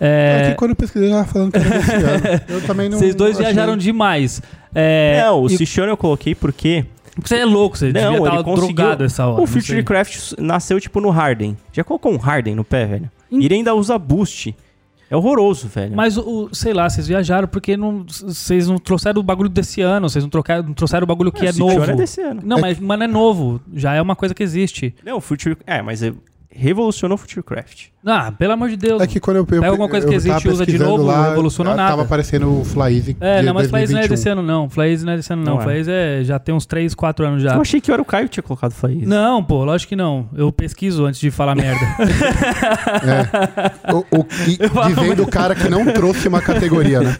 É que
É,
quando eu pesquisei, eu tava falando que era desse ano. Eu também não.
vocês dois
achei-
viajaram demais. É,
Não, o
e-
Cichona eu coloquei porque
Você é louco, você
Não,
devia
ele
estar
conseguiu- um
drogado essa hora.
o
não
Future
sei.
Craft nasceu tipo no Harden. Já colocou um Harden no pé, velho. E ele ainda usa Boost. É horroroso, velho.
Mas, o, o- sei lá, vocês viajaram porque não- vocês não, trouxeram o bagulho desse ano, vocês não, trocaram, não trouxeram o bagulho que é,
o Cichona
novo.
é desse ano.
Não, mas, mano, é novo. Já é uma coisa que existe.
Não, o Future... É, mas é- revolucionou o Future Craft.
Ah, pelo amor de Deus.
É que quando eu, eu
Pega alguma coisa que
eu tava
existe e usa de
pesquisando
novo,
lá,
revoluciona
eu Tava
nada.
aparecendo o Flaize.
É,
de
não, mas Flays não é
2021.
desse ano, não. Flays não é desse ano, não.
Não é.
Flays é. já tem uns 3, 4 anos já.
Eu achei que era o Caio que é tinha colocado Flaís.
Tá. Não, pô, lógico que não. Eu pesquiso antes de falar merda.
um. É. O, o, e, dizendo o cara que não trouxe uma categoria, né?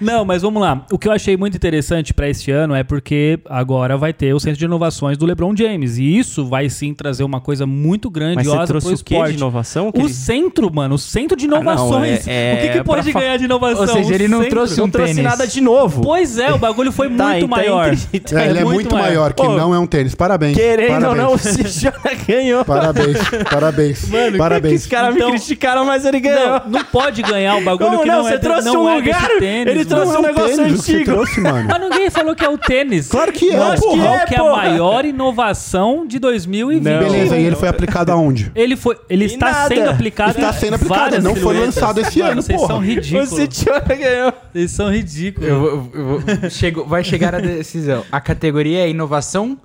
Não, mas vamos lá. O que eu achei muito interessante pra este ano é porque agora vai ter o Centro de Inovações do LeBron James. E isso vai sim trazer uma coisa muito
Mas
grandiosa
você
pro
trouxe o quê
esporte.
de inovação?
O
aquele-
centro, mano, o centro de
não,
inovações.
é- é
o que, que
pra
pode
fa-
ganhar de inovação?
Ou seja,
O
ele não
centro.
trouxe um
Não trouxe
tênis.
nada de novo.
Pois é, o bagulho foi
Tá,
muito
então
maior.
entendi.
É, ele é muito maior, que
Ô,
não é um tênis. Parabéns.
Querendo
parabéns.
ou não, o Cichona
é
ganhou.
Parabéns, parabéns. parabéns.
Os caras
Então-
me criticaram, mas ele ganhou.
Não, não pode ganhar o bagulho
Como
que
não?
não, é
Você
de-
trouxe
não
um
é desse
lugar,
tênis,
ele
mano.
Não
trouxe
é
um negócio
tênis que você
antigo.
trouxe, mano.
Mas ninguém falou que é o tênis.
Claro que é,
Lógico que
porra.
é, que é a
porra.
maior inovação de 2020.
Não.
Beleza, e ele foi aplicado aonde?
Ele foi, ele está
nada.
sendo aplicado.
Está
em
sendo aplicado,
várias
não foi
silhuetas.
lançado esse
Mano,
ano,
Vocês
porra.
são
O
ridículos.
Cichona ganhou.
Vocês são ridículos.
Eu vou- eu vou- chego- vai chegar a decisão. A categoria é Inovação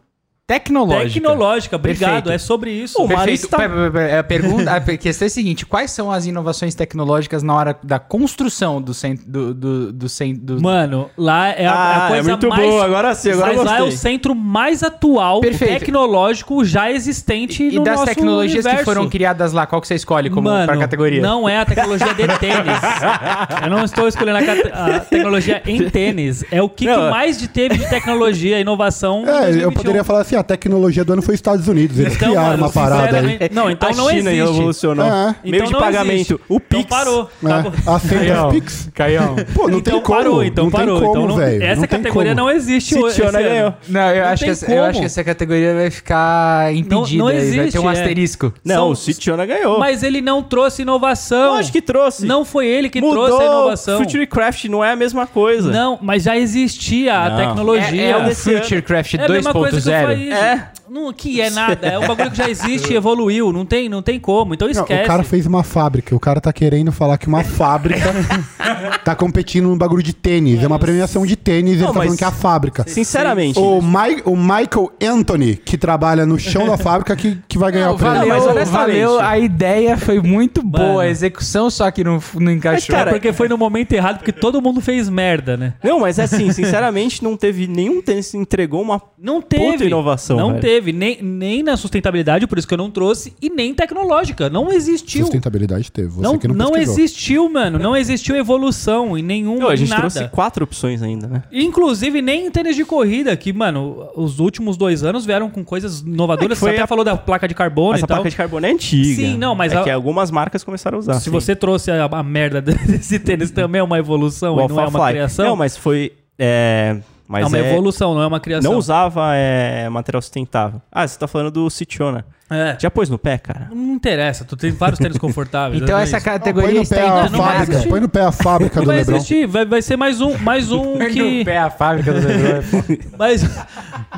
Tecnológica.
Tecnológica, tá- obrigado.
Perfeito.
É sobre isso.
O Mário
Perfeito.
está-
Pera, pera, pera, A pergunta, a per- questão é a seguinte: quais são as inovações tecnológicas na hora da construção do centro do, do, do, cen- do-
Mano, lá é a, é a
Ah,
coisa
é muito
mais.
boa, agora sim, agora
mas lá é o
gostei.
centro mais atual,
Perfeito.
tecnológico, já existente
e
no
das
nosso
tecnologias que
universo.
foram criadas lá? Qual que você escolhe como
Mano,
pra categoria?
não é a tecnologia de tênis. Eu não estou escolhendo a, cate- a tecnologia em tênis. É o que, que
Não,
mais de teve de tecnologia, inovação. em
É, eu
2021.
poderia falar assim, a tecnologia do ano foi Estados Unidos. Eles
Então,
criaram
mano,
uma parada aí.
sinceramente- Não, então
a
não
China
existe.
revolucionou.
É.
Meio
Então
de
não
pagamento.
existe.
O Pix.
Então parou. Tá bom.
É, a Senda Pix.
Caião.
Pô, não
então
tem como.
parou, então
não
parou.
tem
então
como,
não-
velho.
essa
não tem
categoria
como.
não existe hoje.
Cichona
esse ano.
ganhou.
Não, eu,
Não
acho que
tem
essa, eu acho
como.
que essa categoria vai ficar impedida.
não
aí, vai
existe,
ter um
é.
asterisco.
Não,
São-
o Cichona ganhou.
Mas ele não trouxe inovação.
Lógico que trouxe.
Não foi ele que
Mudou.
trouxe a inovação.
Future Craft não é a mesma coisa.
Não, mas já existia a
Não.
tecnologia.
É, é o
Desse ano.
Futurecraft
É a mesma coisa que o
2.0.
Flaís.
É.
Não, que é nada. É um bagulho que já existe, evoluiu. Não tem, não tem como. Então
Não,
esquece.
o cara fez uma fábrica. O cara tá querendo falar que uma fábrica tá competindo num bagulho de tênis. É uma premiação de tênis, ele
Não,
tá falando
mas-
que é a fábrica.
Sinceramente.
O, Mi- o Michael Anthony, que trabalha no chão da fábrica, que, que vai ganhar o prêmio.
Valeu,
mas honestamente-
valeu, a ideia foi muito boa,
Mano.
a execução só que não, não encaixou.
É porque foi no momento errado, porque todo mundo fez merda, né?
Não, mas é assim, sinceramente, não teve nenhum tênis que entregou uma.
Não teve.
inovação,
Não
velho.
teve. Nem, nem na sustentabilidade, por isso que eu não trouxe, e nem tecnológica. Não existiu.
Sustentabilidade teve. Você
Não,
que não,
não
pesquisou.
existiu, mano. Não existiu evolução em nenhum
Não, a gente
nada.
trouxe quatro opções ainda, né?
Inclusive, nem em tênis de corrida, que, mano, os últimos dois anos vieram com coisas inovadoras.
É que foi
Você até
a-
falou da placa de carbono
Essa
e tal.
placa de carbono é antiga.
Sim, não, mas
é
a-
que algumas marcas começaram a usar.
Se você trouxe a, a merda desse tênis, também é uma evolução
o
e não é uma
Alphafly.
criação.
Não, mas foi. É, mas
é uma
é-
evolução, não é uma criação.
Não usava é, material sustentável. Ah, você tá falando do Citiona.
É.
Já pôs no pé, cara?
Não interessa, tu tem vários tênis confortáveis.
Então
é
essa
isso.
põe
categoria
no pé
está
a
indo no
fábrica.
fábrica.
Vasco.
Põe no pé a fábrica
Não
do
vai
Lebron.
existir, vai, vai ser mais um, mais um que.
pé a fábrica do Lebron.
Mas,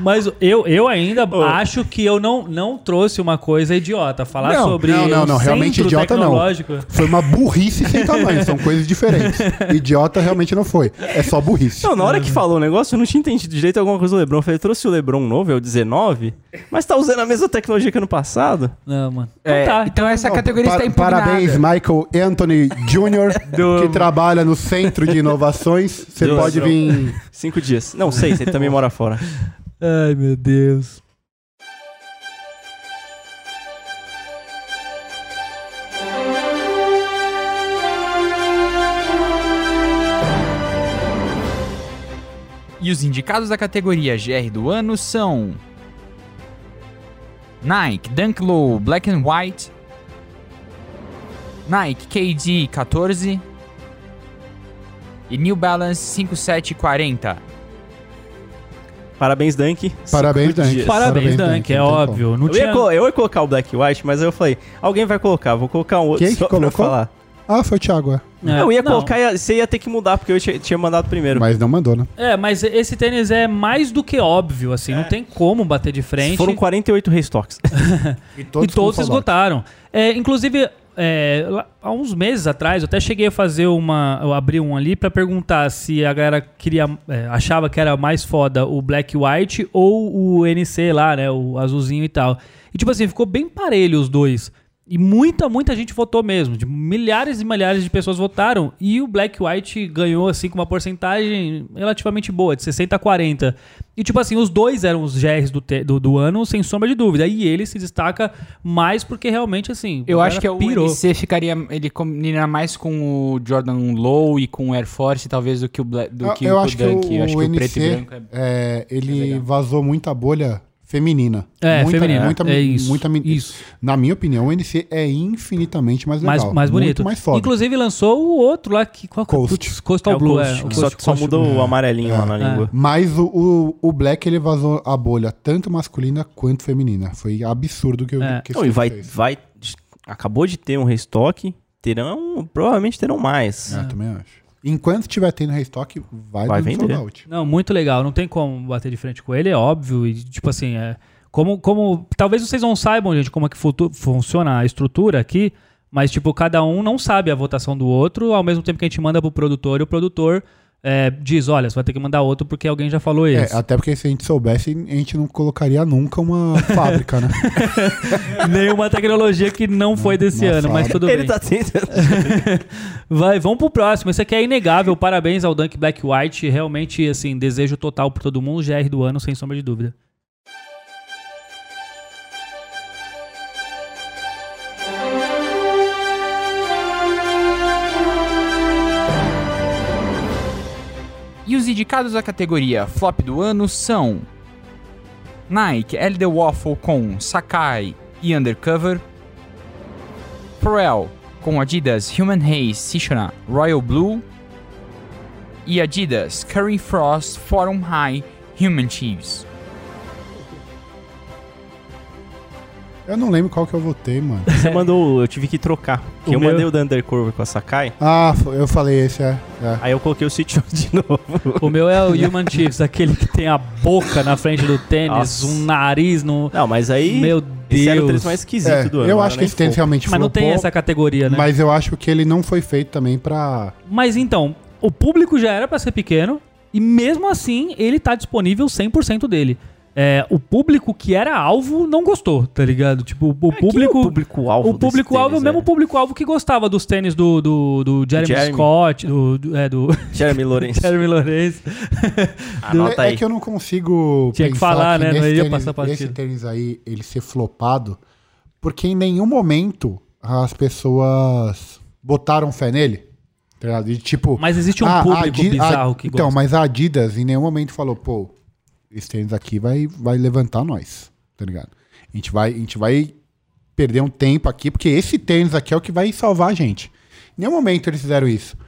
mas eu, eu ainda
Ô.
acho que eu não, não trouxe uma coisa idiota. Falar
Não,
sobre
não, não,
um
não, realmente
centro
idiota não.
tecnológico.
Foi uma burrice sem tamanho, são coisas diferentes. Idiota realmente não foi. É só burrice.
Não, na hora que falou o negócio, eu não tinha entendido direito alguma coisa do Lebron. Eu falei, trouxe o Lebron novo, é o 19, mas tá usando a mesma tecnologia que ano passado.
Não, mano. Então
É,
tá.
então essa
Não,
categoria
pa-
está impugnada.
Parabéns, Michael Anthony Jr., que trabalha no Centro de Inovações. Você
Deus
pode
do céu.
vir.
Cinco dias. Não, seis, ele também mora fora.
Ai, meu Deus.
E os indicados da categoria GR do ano são Nike Dunk Low Black and White, Nike KD 14 e New Balance 5740.
Parabéns, Dunk.
Parabéns,
Cinco
Dunk.
dias.
Parabéns,
Parabéns,
Dank,
Dunk,
é
não tem
óbvio. Não
Eu ia,
tinha... É,
colo- eu ia colocar o Black e White, mas aí eu falei, alguém vai colocar, vou colocar um outro
Quem que
só pra
colocou?
falar.
Ah, foi o Thiago. é.
É,
eu ia
não.
colocar e você ia ter que mudar, porque eu tinha, tinha mandado primeiro.
Mas não mandou, né?
É, mas esse tênis é mais do que óbvio, assim. Não tem como bater de frente.
É. Foram 48 restocks.
É
E
e todos esgotaram. É, inclusive, é, lá- há uns meses atrás, eu até cheguei a fazer uma. Eu abri um ali pra perguntar se a galera queria, é, achava que era mais foda o Black e White ou o NC lá, né? O azulzinho e tal. E tipo assim, ficou bem parelho os dois. E muita, muita gente votou mesmo. Tipo, milhares e milhares de pessoas votaram. E o Black e White ganhou, assim, com uma porcentagem relativamente boa, de 60 a 40. E, tipo assim, os dois eram os GRs do, te- do, do ano, sem sombra de dúvida. E ele se destaca mais porque realmente, assim.
Eu
a
é
acho que
galera
o
pirou.
NC ficaria. Ele combina mais com o Jordan Low e com o Air Force, talvez, do que o, Bla, do
Eu,
que
Ah, eu
o
acho que o,
Dunk. Eu acho que o preto e
NC,
branco é.
é, ele vazou muita bolha feminina.
É,
muita,
feminina,
Muita,
é isso,
Muita, men-
isso.
Na minha opinião, o NC é infinitamente mais legal.
mais, mais bonito.
Muito mais foda.
Inclusive lançou o outro lá, que, qual, que-
Coast.
putz, Coastal
É o
Blue.
Ghost,
é, o
que só,
Ghost-
só
Ghost-
mudou o amarelinho lá na
é.
língua.
Mas o, o, o Black ele vazou a bolha tanto masculina quanto feminina. Foi absurdo o que eu
É.
que
Não,
esse
e vai,
fez.
vai. Acabou de ter um restock. Terão. Provavelmente terão mais.
Ah, também acho. Enquanto tiver tendo restock, vai,
Vai
no
vender.
Fallout.
Não, muito legal. Não tem como bater de frente com ele, é óbvio. E, tipo assim, é. Como, como. Talvez vocês não saibam, gente, como é que futu- funciona a estrutura aqui. Mas, tipo, cada um não sabe a votação do outro, ao mesmo tempo que a gente manda pro produtor e o produtor é, diz: olha, você vai ter que mandar outro porque alguém já falou
É,
esse.
até porque se a gente soubesse, a gente não colocaria nunca uma fábrica, né?
Nenhuma tecnologia que não foi desse
Uma
ano, mas
fala.
tudo
Ele
bem.
tá tentando.
Vai, vamos pro próximo. Esse aqui é inegável. Parabéns ao Dunk Black White. Realmente, assim, desejo total pra todo mundo. GR do ano, sem sombra de dúvida.
E os indicados da categoria Flop do ano são Nike L The Waffle com Sakai e Undercover, Pharrell com Adidas Human Haze Sishona Royal Blue e Adidas Curry Frost Forum High Human Chiefs.
eu não lembro qual que eu votei, mano.
Você mandou. Eu tive que trocar. Porque
O
eu
meu-
mandei o da Undercover com a Sakai.
Ah, fo- eu falei esse, é. é.
Aí eu coloquei o City de novo.
O meu é o Human Chiefs, aquele que tem a boca na frente do tênis,
Nossa.
um nariz no.
Não, mas aí.
Meu
Esse era o
Deus.
tênis mais esquisito
É,
do ano.
eu
não
acho
era
que
nem
esse tênis
fofo.
realmente
Mas não tem
flopou,
essa categoria, né? Mas,
Mas eu acho que ele não foi feito também pra.
então, o público já era pra ser pequeno e mesmo assim ele tá disponível 100% dele. É, o público que era alvo não gostou, tá ligado? Tipo, o
É, quem é
público.
O público-alvo.
O público-alvo é o mesmo público-alvo que gostava dos tênis do, do, do Jeremy,
Jeremy.
Scott, do, do- é, do
Jeremy Lawrence.
Jeremy Lourenço.
Anota
é,
aí.
é que eu não consigo.
Tinha que
pensar
falar, né? Não
nesse
ia
tênis-
passar partida.
Esse tênis aí, ele ser flopado, porque em nenhum momento as pessoas botaram fé nele. Tá ligado? E, tipo.
Mas existe um
a- a
público
Adi- a-
bizarro que
Então,
gosta.
mas a Adidas em nenhum momento falou, pô, esse tênis aqui vai, vai levantar nós, tá ligado? A gente, vai, a gente vai perder um tempo aqui, porque esse tênis aqui é o que vai salvar a gente. Em nenhum momento eles fizeram isso.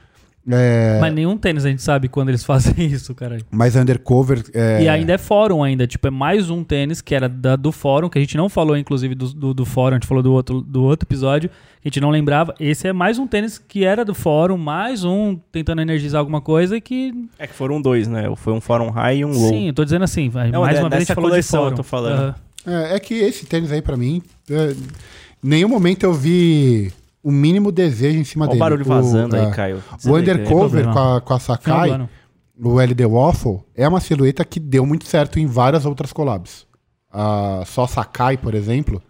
É,
Mas nenhum tênis a gente sabe quando eles fazem isso, cara.
mas undercover. É,
E ainda é fórum ainda, tipo, é mais um tênis que era da- do fórum, que a gente não falou, inclusive, do, do, do fórum, a gente falou do outro, do outro episódio, que a gente não lembrava. Esse é mais um tênis que era do fórum, mais um tentando energizar alguma coisa e que.
É que foram dois, né? Foi um Fórum High e um Low.
Sim, eu tô dizendo assim, vai,
Não,
mais
é
uma vez a
dessa
gente falou de
coleção eu
fórum.
tô falando.
Ah,
é, é que esse tênis aí, pra mim, é, em nenhum momento eu vi o mínimo desejo em cima
Olha o
dele.
barulho vazando
é.
aí, Caio.
O
Você vê,
undercover
problema.
com a, com a
final do
Sakai,
ano.
o LD Waffle, é uma silhueta que deu muito certo em várias outras collabs. Ah, só Sakai, por exemplo,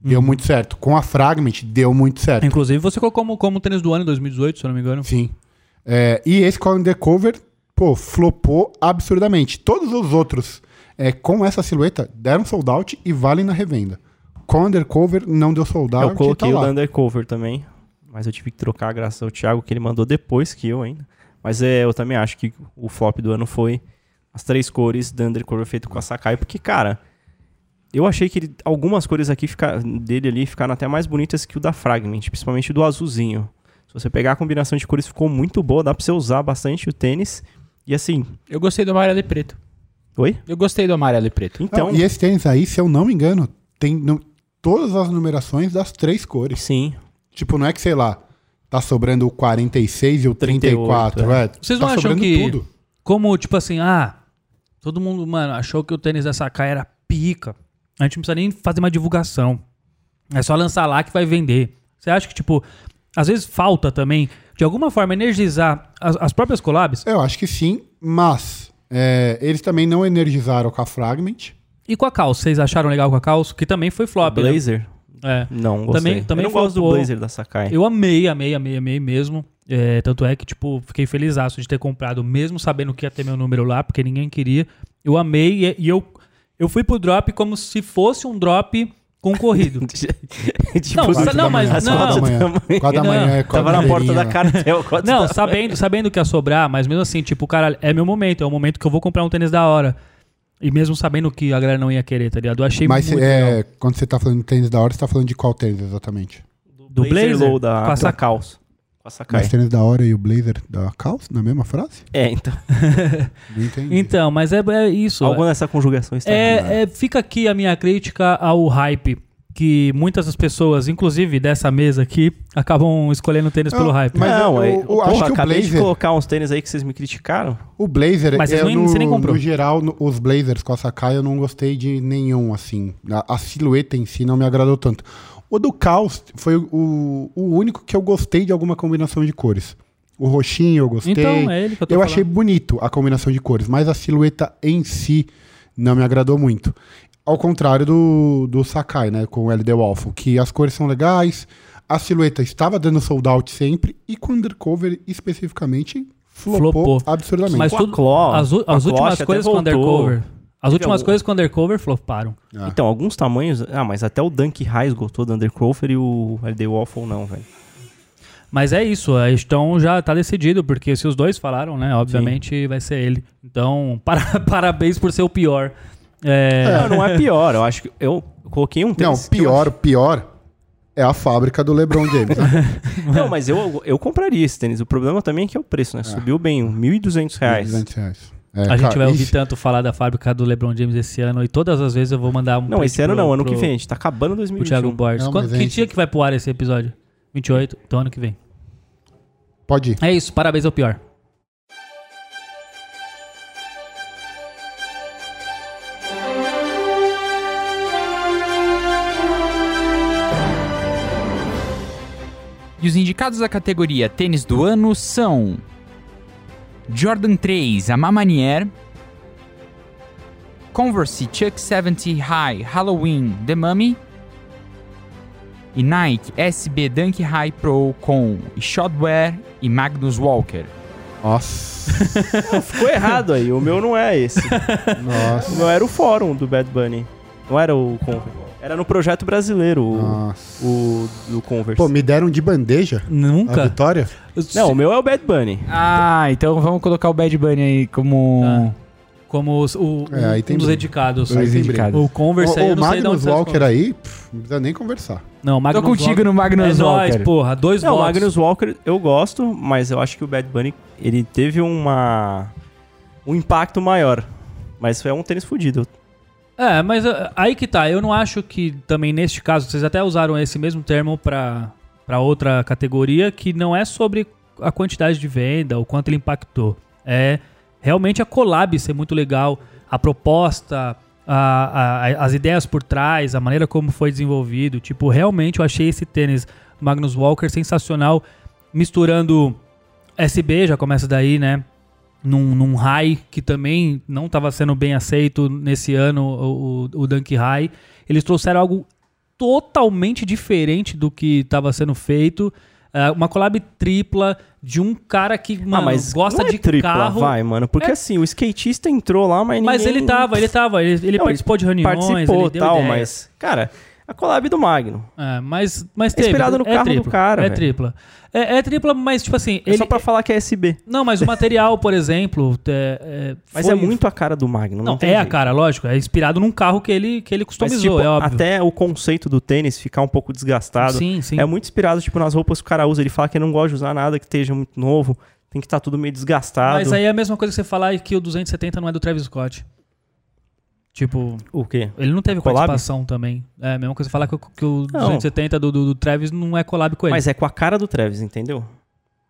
deu muito certo. Com a Fragment, deu muito certo.
Inclusive, você colocou como, como tênis do ano em 2018, se eu não me engano.
Sim. É, e esse com a Undercover, pô, flopou absurdamente. Todos os outros é, com essa silhueta deram sold out e valem na revenda. Com a Undercover não deu sold out.
Eu coloquei
tá
o
lá.
da Undercover também, mas eu tive que trocar graças ao Thiago, que ele mandou depois que eu ainda. Mas é, eu também acho que o flop do ano foi as três cores da Undercover feito com a Sakai, porque, cara, eu achei que ele- algumas cores aqui fica- dele ali ficaram até mais bonitas que o da Fragment, principalmente do azulzinho. Se você pegar a combinação de cores, ficou muito boa, dá pra você usar bastante o tênis. E assim,
Eu gostei do amarelo e preto.
oi?
Eu gostei do amarelo e preto.
Então,
Não, Ah, e esse tênis aí, se eu não me engano, tem no- todas as numerações das três cores.
sim,
Tipo, não é que, sei lá, tá sobrando o 46 e o 34,
38,
é.
Vocês
tá
não acham
sobrando
que-
tudo.
Como, tipo assim, ah, todo mundo, mano, achou que o tênis da Sakai era pica. A gente não precisa nem fazer uma divulgação. É só lançar lá que vai vender. Você acha que, tipo, às vezes falta também, de alguma forma, energizar as, as próprias collabs?
Eu acho que sim, mas é, eles também não energizaram com a Fragment.
E com a Caos? Vocês acharam legal com a Caos? Que também foi
o
flop, né?
Blazer.
É.
Não, gostei.
Também- também
eu não gosto do
flopou.
Blazer da Sakai.
Eu amei, amei, amei, amei mesmo. É, tanto é que, tipo, fiquei feliz de ter comprado, mesmo sabendo que ia ter meu número lá, porque ninguém queria. Eu amei e, e eu, eu fui pro drop como se fosse um drop concorrido.
Tipo,
Não, sa-
Quatro da
não, mas-
manhã,
não.
quatro da manhã. Quatro da
Não,
manhã, é
Tava na porta da
quadrilheirinha.
cartel. quatro
Não,
da-
sabendo, sabendo que ia sobrar, mas mesmo assim, tipo, caralho, é meu momento, é o momento que eu vou comprar um tênis da hora. E mesmo sabendo que a galera não ia querer, tá ligado? Eu achei
Mas
muito legal.
é, quando você tá falando de tênis da hora, você tá falando de qual tênis exatamente?
do Blazer
Low da,
com a
da
saca-
Caos. Com a Sakai.
Mas tênis da hora e o blazer da calça na mesma frase?
É, então.
Não entendi.
Então, mas é, é isso.
Alguma dessa conjugação está errada.
né?
É, é, fica aqui a minha crítica ao hype. Que muitas das pessoas, inclusive dessa mesa aqui, acabam escolhendo tênis pelo hype.
Ah, mas
não,
eu-
é-
eu acho
porra,
que o
acabei de
Blazer-
colocar uns tênis aí que vocês me criticaram.
o blazer,
Mas
eu
você nem-
no,
você nem comprou.
no geral, no- os blazers com a Sakai eu não gostei de nenhum, assim. A, a silhueta em si não me agradou tanto. O do Caos foi o, o único que eu gostei de alguma combinação de cores. O roxinho eu gostei.
Então, é ele que eu tô
Eu
falando.
achei bonito a combinação de cores, mas a silhueta em si não me agradou muito. Ao contrário do, do Sakai, né? Com o LD Waffle, que as cores são legais, a silhueta estava dando sold out sempre, e com o Undercover especificamente, flopou,
Flopou.
absurdamente.
Mas
Com
tudo-
a Claw,
as, u-
a
as
Claw acho
últimas
que até
coisas com
voltou.
undercover. As últimas
algum-
coisas com undercover floparam.
Ah.
Então, alguns tamanhos... Ah, mas até o Dunk High esgotou da Undercover e o LD Waffle não, velho.
Mas é isso, é, então já tá decidido, porque se os dois falaram, né? Obviamente vai ser ele. Então, para- parabéns por ser o pior. É,
Não, não é pior. Eu acho que... Eu coloquei um
Não,
tênis... que eu
pior, pior é a fábrica do LeBron James. né?
Não, mas eu, eu compraria esse tênis. O problema também é que é o preço, né? Subiu bem, R$ 1.200 reais.
200 reais. É,
a gente
cara,
vai ouvir
isso-
tanto falar da fábrica do LeBron James esse ano e todas as vezes eu vou mandar um.
Não,
print
esse ano
pro-
não, ano
pro-
que vem. A gente tá acabando
O Thiago
2021.
Borges.
Não,
Quando-
mas é
que
isso.
dia que vai pro ar esse episódio? 28 do Então, ano que vem.
Pode ir.
É isso, parabéns ao pior.
E os indicados da categoria tênis do ano são Jordan 3, a Mamanier, Converse Chuck 70 High Halloween The Mummy e Nike SB Dunk High Pro com Shotwear e Magnus Walker.
Nossa.
Ficou errado aí. O meu não é esse.
nossa.
O meu era o fórum do Bad Bunny. Não era o Converse. Era no projeto brasileiro o,
Nossa.
o do Converse.
Pô, me deram de bandeja a
Nunca?
vitória?
Não, o meu é o Bad Bunny.
Ah, então vamos colocar o Bad Bunny aí como.
Tá. como os- o,
É,
um-
aí
um
tem
dos
briga.
dedicados.
Dois
tem
indicados.
briga.
O Converse aí,
o,
eu
o
não sei de onde
Magnus
saiu esse
Walker
Converse.
aí, pff, não precisa nem conversar.
Não, o
Tô
Magnus
contigo
Walker.
no Magnus
é nóis,
Walker.
porra. Dois
Não, o
votos.
Magnus Walker eu gosto, mas eu acho que o Bad Bunny ele teve uma um impacto maior. Mas é um tênis fudido.
É, mas ah, aí que tá. Eu não acho que também neste caso, vocês até usaram esse mesmo termo pra, pra outra categoria, que não é sobre a quantidade de venda, o quanto ele impactou. É realmente a collab ser muito legal, a proposta, a- a- as ideias por trás, a maneira como foi desenvolvido. Tipo, realmente eu achei esse tênis Magnus Walker sensacional, misturando SB, já começa daí, né? num, num high que também não estava sendo bem aceito nesse ano, o, o, o Dunk High. Eles trouxeram algo totalmente diferente do que estava sendo feito. Ah, uma collab tripla de um cara que mano, gosta
não é
de
tripla,
carro.
vai, mano. Porque
É.
assim, o skatista entrou lá, mas ninguém...
Mas ele tava, ele tava, ele, ele
Não,
participou de reuniões,
Participou
ele
e
deu
tal,
ideias.
mas... Cara, a collab do Magno.
É, mas, mas
É
teve,
inspirado no
é
carro do
tripla,
cara,
É
velho.
tripla. É, é tripla, mas tipo assim,
É
ele-
só pra falar que é SB.
não, mas o material, por exemplo, é, é,
Mas
foi-
é muito a cara do Magno. Não,
Não,
tem
é a
jeito.
cara, lógico. É inspirado num carro que ele, que ele
Mas,
customizou,
tipo,
é óbvio.
Até o conceito do tênis ficar um pouco desgastado.
Sim, sim.
É muito inspirado, tipo, nas roupas que o cara usa. Ele fala que ele não gosta de usar nada que esteja muito novo. Tem que estar tudo meio desgastado.
Mas aí é a mesma coisa que você falar que o 270 não é do Travis Scott. Tipo,
O quê?
ele não teve
Collab?
participação também. É a mesma coisa que falar que, o- que o 270 do, do, do Travis não é collab com ele.
Mas é com a cara do Travis, entendeu?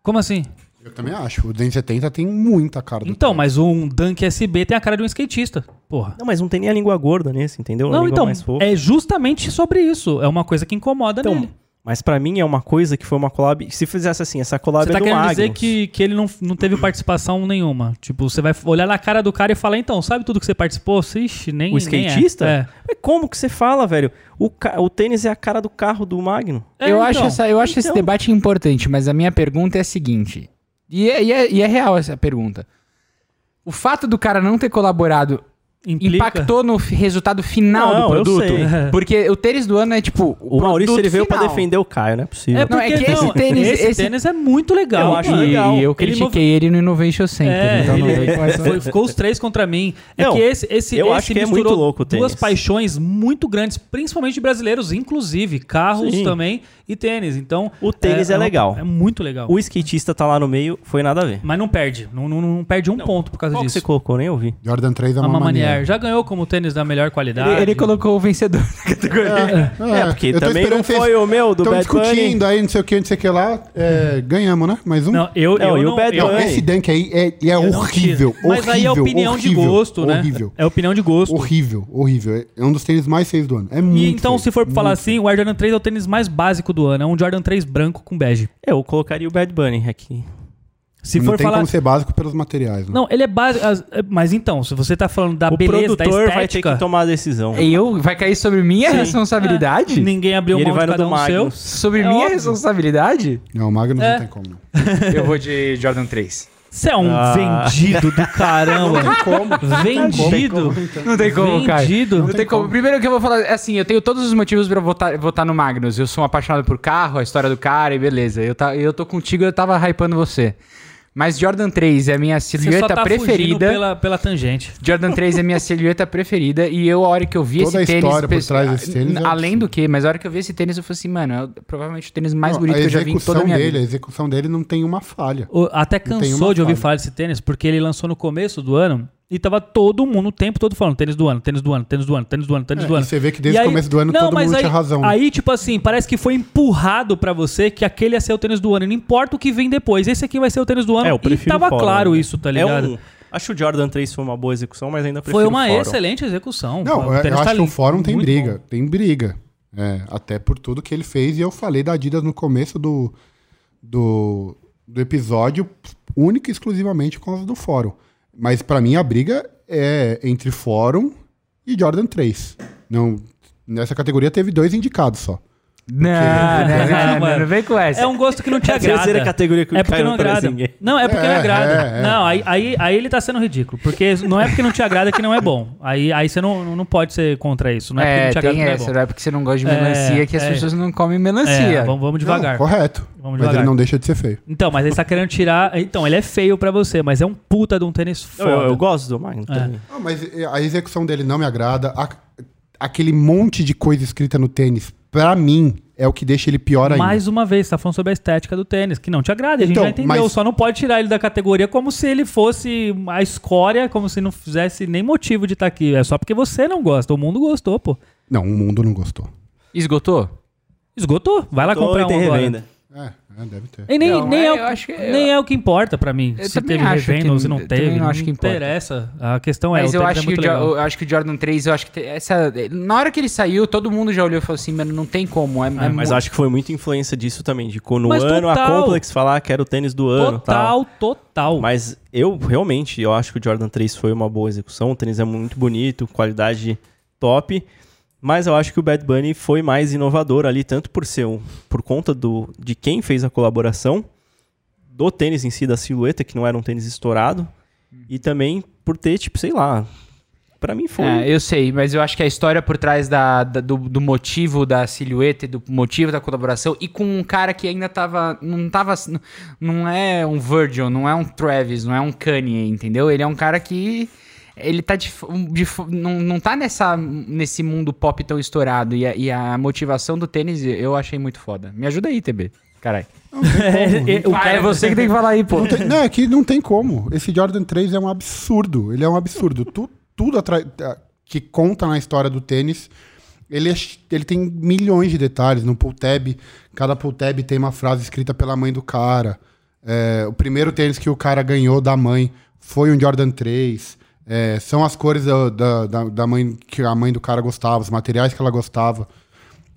Como assim?
Eu também acho. O 270 tem muita
É
cara do
Então, mas um Dunk SB tem a cara de um skatista. Porra.
Não, mas não tem nem a língua gorda nesse, entendeu? a
Não,
língua
então,
mais fofa.
é justamente sobre isso. É uma coisa que incomoda
Então,
nele.
mas pra mim é uma coisa que foi uma collab. Se fizesse assim, essa collab
Você
é
tá
do
querendo
Magnus.
dizer que, que ele não, não teve participação nenhuma. Tipo, você vai olhar na cara do cara e falar, então, sabe tudo que você participou? Você, Ixi, nem nem
O
é."
skatista?
É.
Mas como que você fala, velho? O, ca- o tênis é a cara do carro do Magno.
É,
eu
então.
acho, essa- eu acho esse
então.
debate importante, mas a minha pergunta é a seguinte. E é, e é- e é real essa pergunta. O fato do cara não ter colaborado
Implica-
impactou no f- resultado
Ah,
final
Ah, Não,
do produto?
eu sei.
Porque o tênis do ano é tipo.
O Maurício
produto
ele veio pra
final.
defender o Caio, não é possível.
É
Não, é
porque,
que esse
não,
tênis-
esse
esse-
tênis é muito legal.
Eu acho
mano.
E
um-
legal.
eu
Ele
critiquei ele, no Innovation Center.
É,
então não
ele-
veio com essa-
Foi- ficou os três contra mim. É
Não,
que esse, esse,
eu
esse
acho que é
misturou
muito louco o
duas
tênis.
paixões muito grandes, principalmente de brasileiros, inclusive carros
Sim.
também e tênis. Então
O tênis é
uma-
legal.
é muito legal.
O skatista tá lá no meio, foi nada a ver.
Mas não perde, não, não- não perde um ponto por causa
Qual que
disso.
você colocou? Nem ouvi.
Jordan 3 é
A
uma
Mamanier
maneira.
já ganhou como tênis da melhor qualidade.
Ele, ele colocou o vencedor da categoria.
Ah,
É, porque também não foi o meu do
Estão
Bad Bunny.
discutindo aí, não sei o que, não sei o que lá. É, ganhamos, né? Mais um.
Uhum. Não, eu,
Não,
eu
e o
não-
Bad
eu-
Não,
Bunny.
esse dunk aí é, é
eu não
horrível,
tiro. Mas aí é
horrível,
opinião de
horrível,
gosto, né?
Horrível.
É opinião de gosto.
Horrível, horrível. É- É um dos tênis mais feios do ano. É muito
E então,
feio,
se for pra falar
muito
assim, o Air Jordan 3 é o tênis mais básico do ano. É um Jordan 3 branco com bege.
É, Eu colocaria o Bad Bunny aqui.
Se
não
for
tem
falar.
como ser básico pelos materiais. Né?
Não, ele é básico. as- é, Mas então, se você tá falando da
o
beleza, da
produtor
estética. É,
vai ter que tomar a decisão.
E eu? Vai cair sobre minha responsabilidade?
Ninguém abriu
E ele
mão
vai
de
no
cada
do
um seu.
Magnus.
Sobre
É
minha
óbvio.
responsabilidade?
Não, o Magnus
É.
não tem como. Não.
Eu vou de Jordan 3.
Você é um
Ah.
vendido do caramba.
Como?
vendido.
Não tem como, cara.
Vendido.
Não tem como. Primeiro que eu vou falar, é assim, eu tenho todos os motivos pra votar, votar no Magnus. Eu sou um apaixonado por carro, a história do cara e beleza. Eu, tá, eu tô contigo, eu tava hypando você. Mas Jordan 3 é a minha
Você só
silhueta
tá fugindo
preferida.
pela, pela tangente.
Jordan 3 é minha silhueta preferida e eu, a hora que eu vi
Toda
esse
a
tênis...
história por
pe-
trás desse tênis é
Além
absurda.
do que, mas a hora que eu vi esse tênis, eu falei assim, mano, é o- provavelmente o tênis mais
Não,
bonito
a
que eu já vi em toda a
execução
minha
dele,
vida.
a execução dele não tem uma falha.
O- Até
Não tem
cansou
uma
de ouvir
falha.
falar desse tênis, porque ele lançou no começo do ano e tava todo mundo o tempo todo falando tênis do ano, tênis do ano, tênis do ano, tênis do ano, tênis
É,
do
e
ano.
você vê que desde
E
o começo do ano todo
mas
mundo
aí,
tinha razão, né?
Aí, tipo assim, parece que foi empurrado pra você que aquele ia ser o tênis do ano. e Não importa o que vem depois, esse aqui vai ser o tênis do ano.
É, eu
e
prefiro
tava
o Fórum,
claro
né?
isso, tá ligado?
É um- Acho o Jordan 3 foi uma boa execução, mas ainda prefiro
foi uma
o Fórum.
excelente execução.
Não,
O
eu,
tênis tá
eu acho que o
lindo,
fórum tem
muito
briga.
bom.
Tem briga. É, até por tudo que ele fez. E eu falei da Adidas no começo do, do, do episódio, única e exclusivamente por causa do fórum. Mas pra mim a briga é entre fórum e Jordan 3. Não, nessa categoria teve dois indicados só.
Não, não, não, não, não vem com essa.
É um gosto que não te
É a
agrada.
terceira categoria que
é porque
caiu
não
pra
agrada.
ninguém.
Não, é porque
É,
não agrada.
é, é.
Não, aí, aí, aí ele tá sendo ridículo. Porque não é porque não te agrada que não é bom. Aí, aí você não, não pode ser contra isso. Não é porque
É,
não te agrada
tem
que não é
essa,
bom.
né?
não é porque você não gosta de
É,
melancia que as
é.
pessoas não comem
É,
melancia.
vamos, vamos devagar.
Não, correto.
Vamos
mas
devagar.
ele não deixa de ser feio.
Então, mas aí você tá querendo tirar. Então, ele é feio pra você, mas é um puta de um tênis
Eu,
foda.
eu, eu gosto do Magnum
É.
também.
Não, Ah, mas a execução dele não me agrada. A- aquele monte de coisa escrita no tênis, pra mim, é o que deixa ele pior ainda.
Mais uma vez, você tá falando sobre a estética do tênis, que não te agrada, a gente
Então,
já entendeu.
mas-
Só não pode tirar ele da categoria como se ele fosse a escória, como se não fizesse nem motivo de estar aqui. É só porque você não gosta, o mundo gostou, pô.
Não, o mundo não gostou.
Esgotou?
Esgotou, vai lá
Tô
comprar
e tem
um agora.
revenda.
É, é, deve ter.
E nem,
Não,
nem,
é,
é, o-
eu acho que-
nem é o que importa pra mim.
Eu
se
também
teve
acho
revenda
que-
ou se não
eu também
teve.
não acho que importa.
interessa. A questão é,
Mas
o
eu
tênis
acho,
é
que
muito
o Jo-
legal.
eu acho que o Jordan 3, eu acho que te- essa. Na hora que ele saiu, todo mundo já olhou e falou assim, mano, não tem como. É, é
Mas
muito-
acho que foi muita influência disso também, de quando no
Mas
ano
total.
a Complex falar que era o tênis do ano. tal.
Total, total.
Mas eu realmente eu acho que o Jordan 3 foi uma boa execução. O tênis é muito bonito, qualidade top. Mas eu acho que o Bad Bunny foi mais inovador ali, tanto por ser um, por conta do, de quem fez a colaboração, do tênis em si, da silhueta, que não era um tênis estourado, e também por ter, tipo, sei lá. Pra mim foi.
É, eu sei, mas eu acho que a história por trás da- da- do, do motivo da silhueta e do motivo da colaboração e com um cara que ainda tava. Não tava. assim, Não é um Virgil, não é um Travis, não é um Kanye, entendeu? Ele é um cara que. Ele tá de, f- de f- não, não tá nessa, nesse mundo pop tão estourado. E a, e a motivação do tênis eu achei muito foda. Me ajuda aí, TB. Caralho.
o
Ah,
cara
é você que tem que falar aí, pô.
Não, tem- não, é que não tem como. Esse Jordan 3 é um absurdo. Ele é um absurdo. Tu- tudo atra- ah, que conta na história do tênis, ele, é ch- ele tem milhões de detalhes. No pull tab, cada pull tab tem uma frase escrita pela mãe do cara. É, o primeiro tênis que o cara ganhou da mãe foi um Jordan 3. É, são as cores da, da- da- da mãe que a mãe do cara gostava, os materiais que ela gostava.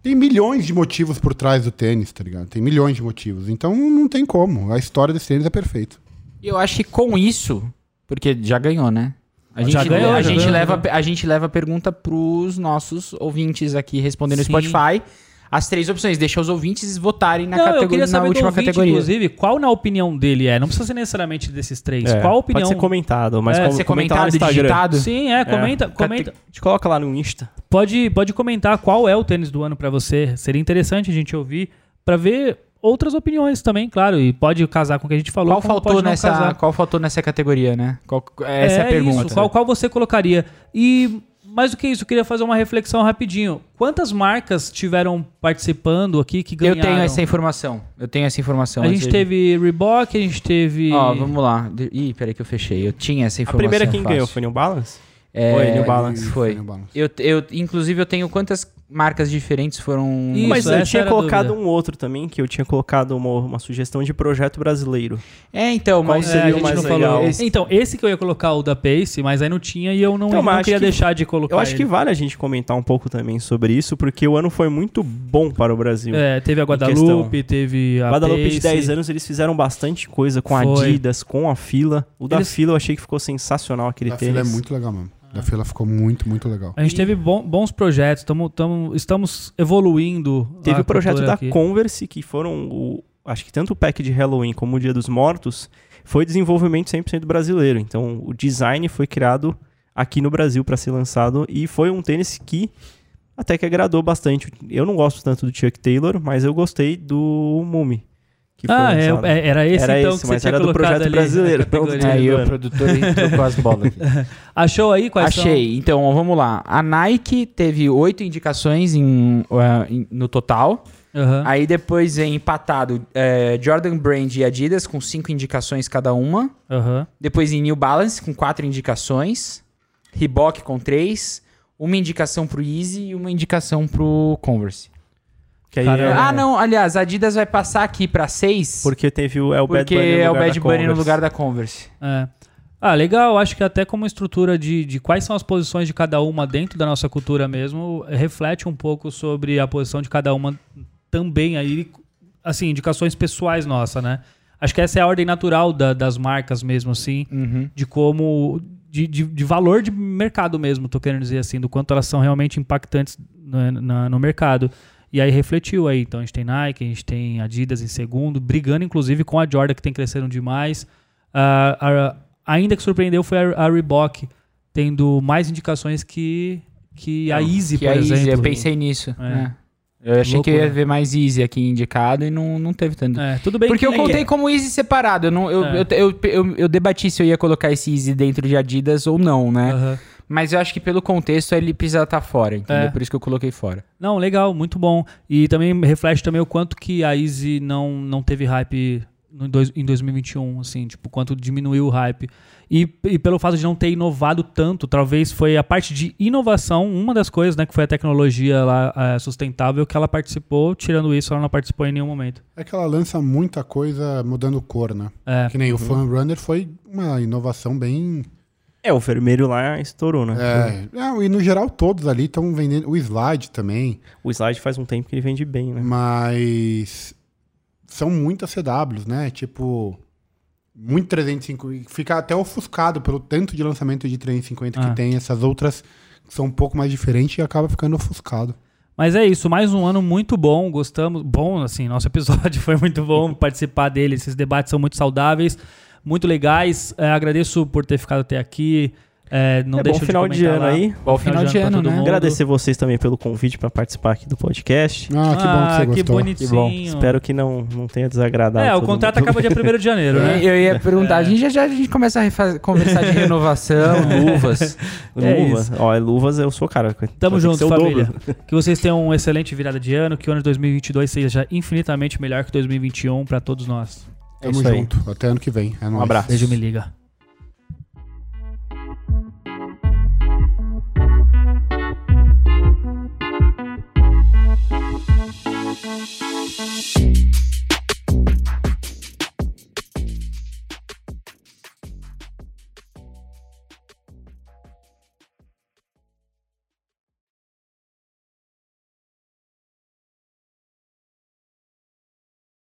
Tem milhões de motivos por trás do tênis, tá ligado? Tem milhões de motivos. Então não tem como. A história desse tênis é perfeita.
E eu acho que com isso, porque já ganhou, né? A gente,
Já ganhou,
a
já
gente
ganhou,
leva,
já
a gente leva a pergunta pros nossos ouvintes aqui respondendo
Sim.
no Spotify. As três opções, deixa os ouvintes votarem na,
Não, eu
categoria,
queria
na
saber
última
do ouvinte,
categoria.
inclusive, qual na opinião dele é. Não precisa ser necessariamente desses três.
É,
qual a opinião?
Pode ser comentado, mas
É,
com-
Ser
comentar no
comentado, e
Instagram.
digitado.
Sim, é, comenta.
É.
comenta.
A gente coloca lá no Insta.
Pode, pode comentar qual é o tênis do ano pra você. Seria interessante a gente ouvir pra ver outras opiniões também, claro. E pode casar com o que a gente falou.
Qual
como
faltou,
pode não
nessa,
casar.
qual faltou nessa categoria, né? Qual- essa é, a pergunta.
Isso, qual, qual você colocaria? E mais do que isso, eu queria fazer uma reflexão rapidinho. Quantas marcas tiveram participando aqui que
Eu
ganharam?
tenho essa informação. Eu tenho essa informação.
A
antes
gente
de-
teve Reebok, a gente teve.
Ó, vamos lá. De- Ih, peraí que eu fechei. Eu tinha essa
A
informação.
primeira é quem
fácil.
ganhou foi New Balance?
É,
Foi, New Balance.
Foi.
Foi New Balance.
Eu, eu, inclusive, eu tenho quantas marcas diferentes foram.
Isso,
Mas eu
essa
tinha
era a
colocado
dúvida.
um outro também, que eu tinha colocado uma, uma sugestão de projeto brasileiro.
É, então,
Qual
mas
É,
seria
a
o
gente
mais
não falou.
legal?
Esse- Então, esse que eu ia colocar o da Pace, mas aí não tinha e eu não,
Então,
não
mas acho
queria
que-
deixar de colocar.
Eu acho que
ele.
vale a gente comentar um pouco também sobre isso, porque o ano foi muito bom para o Brasil.
É, teve a Guadalupe, teve a
Guadalupe
Pace.
de 10 anos, eles fizeram bastante coisa com a
Foi.
Adidas, com a fila. O da
Eles-
fila eu achei que ficou sensacional aquele
Da
tênis.
fila é muito legal mesmo. Da fila ficou muito, muito legal.
A gente teve bom- bons projetos, tamo, tamo, estamos evoluindo.
Teve
a
o projeto
cultura
da
Ah, aqui.
Converse, que foram, o, acho que tanto o pack de Halloween como o Dia dos Mortos, foi desenvolvimento 100% brasileiro. Então, o design foi criado aqui no Brasil para ser lançado e foi um tênis que até que agradou bastante. Eu não gosto tanto do Chuck Taylor, mas eu gostei do Mumi. Que foi
Ah,
lançado.
é, é- era esse
Era
então
esse,
que você
mas
tinha
era do
colocado
projeto
ali,
brasileiro,
na categoria.
não do-
É, e o
ano.
produtor trocou as bolas. aqui.
Achou aí quais são?
Achei. Então, vamos lá. A Nike teve oito indicações em, eh, em- no total.
Aham.
Aí depois vem empatado eh, Jordan Brand e Adidas com cinco indicações cada uma.
Aham.
Depois em New Balance com quatro indicações. Reebok com três. Uma indicação pro Easy e uma indicação pro Converse.
Que aí
Caramba.
é-
Ah, não. Aliás, a Adidas vai passar aqui pra seis.
Porque teve o El Bad
porque
Bunny no
é o
lugar
Bad
da
Bunny no
Converse.
lugar da Converse.
É. Ah, legal. Acho que até como estrutura de, de quais são as posições de cada uma dentro da nossa cultura mesmo, reflete um pouco sobre a posição de cada uma também aí, assim, indicações pessoais nossa, né? Acho que essa é a ordem natural da- das marcas mesmo, assim,
Uhum.
de como... De, de, de valor de mercado mesmo, tô querendo dizer assim, do quanto elas são realmente impactantes no, na- no mercado. E aí refletiu aí. Então a gente tem Nike, a gente tem Adidas em segundo, brigando inclusive com a Jordan, que tem crescendo demais. Ah, a- ainda que surpreendeu foi a, a Reebok, tendo mais indicações que, que a Easy,
que
por
a Easy,
exemplo.
eu pensei nisso.
É.
né? Eu achei que eu ia
Loucura.
ver mais Easy aqui indicado e não, não teve tanto.
É, tudo bem
Porque
que
eu contei como Easy separado. Eu, não, eu,
É.
eu, eu, eu- eu debati se eu ia colocar esse Easy dentro de Adidas ou não, né?
é. Aham.
Mas eu acho que pelo contexto ele precisa estar fora, entendeu?
É.
Por isso que eu coloquei fora.
Não, legal, muito bom. E também reflete também o quanto que a Easy não, não teve hype no dois- em 2021, assim, tipo, quanto diminuiu o hype. E, e pelo fato de não ter inovado tanto, talvez foi a parte de inovação, uma das coisas, né, que foi a tecnologia lá eh, sustentável que ela participou, tirando isso, ela não participou em nenhum momento.
É que ela lança muita coisa mudando cor, né?
É,
Que nem
Uhum.
o Fan Runner foi uma inovação bem.
É, o vermelho lá estourou, né?
É, não, e no geral todos ali estão vendendo. O slide também,
O slide faz um tempo que ele vende bem, né?
mas são muitas CWs, né? Tipo, muito 305. Fica até ofuscado pelo tanto de lançamento de 350
Ah.
que tem. Essas outras que são um pouco mais diferentes e acaba ficando ofuscado.
Mas é isso, mais um ano muito bom, gostamos. Bom, assim, nosso episódio foi muito bom participar dele. Esses debates são muito saudáveis, muito legais. É, agradeço por ter ficado até aqui. É, não
é
deixa
bom final de,
comentar
ano
lá.
aí.
Bom final de ano,
pra todo
né?
mundo.
Agradecer vocês também pelo convite pra participar aqui do podcast.
Ah, que bom que você
Ah,
gostou.
bonitinho.
Que bom.
Espero que não, não tenha desagradado.
É, o
todo
contrato
mundo. É.
acaba dia 1 de janeiro, né?
Eu ia perguntar, a gente já, já a gente começa a refa- conversar de renovação, luvas.
É
Luvas. Ó, é luvas eu sou cara.
Tamo
Vai ter que
junto,
ser o dobro.
família. Que vocês tenham uma excelente virada de ano, que o ano de 2022 seja infinitamente melhor que 2021 pra todos nós.
É
Tamo
isso aí.
junto. Até ano que vem. É
Um
nóis.
abraço.
Beijo, me liga.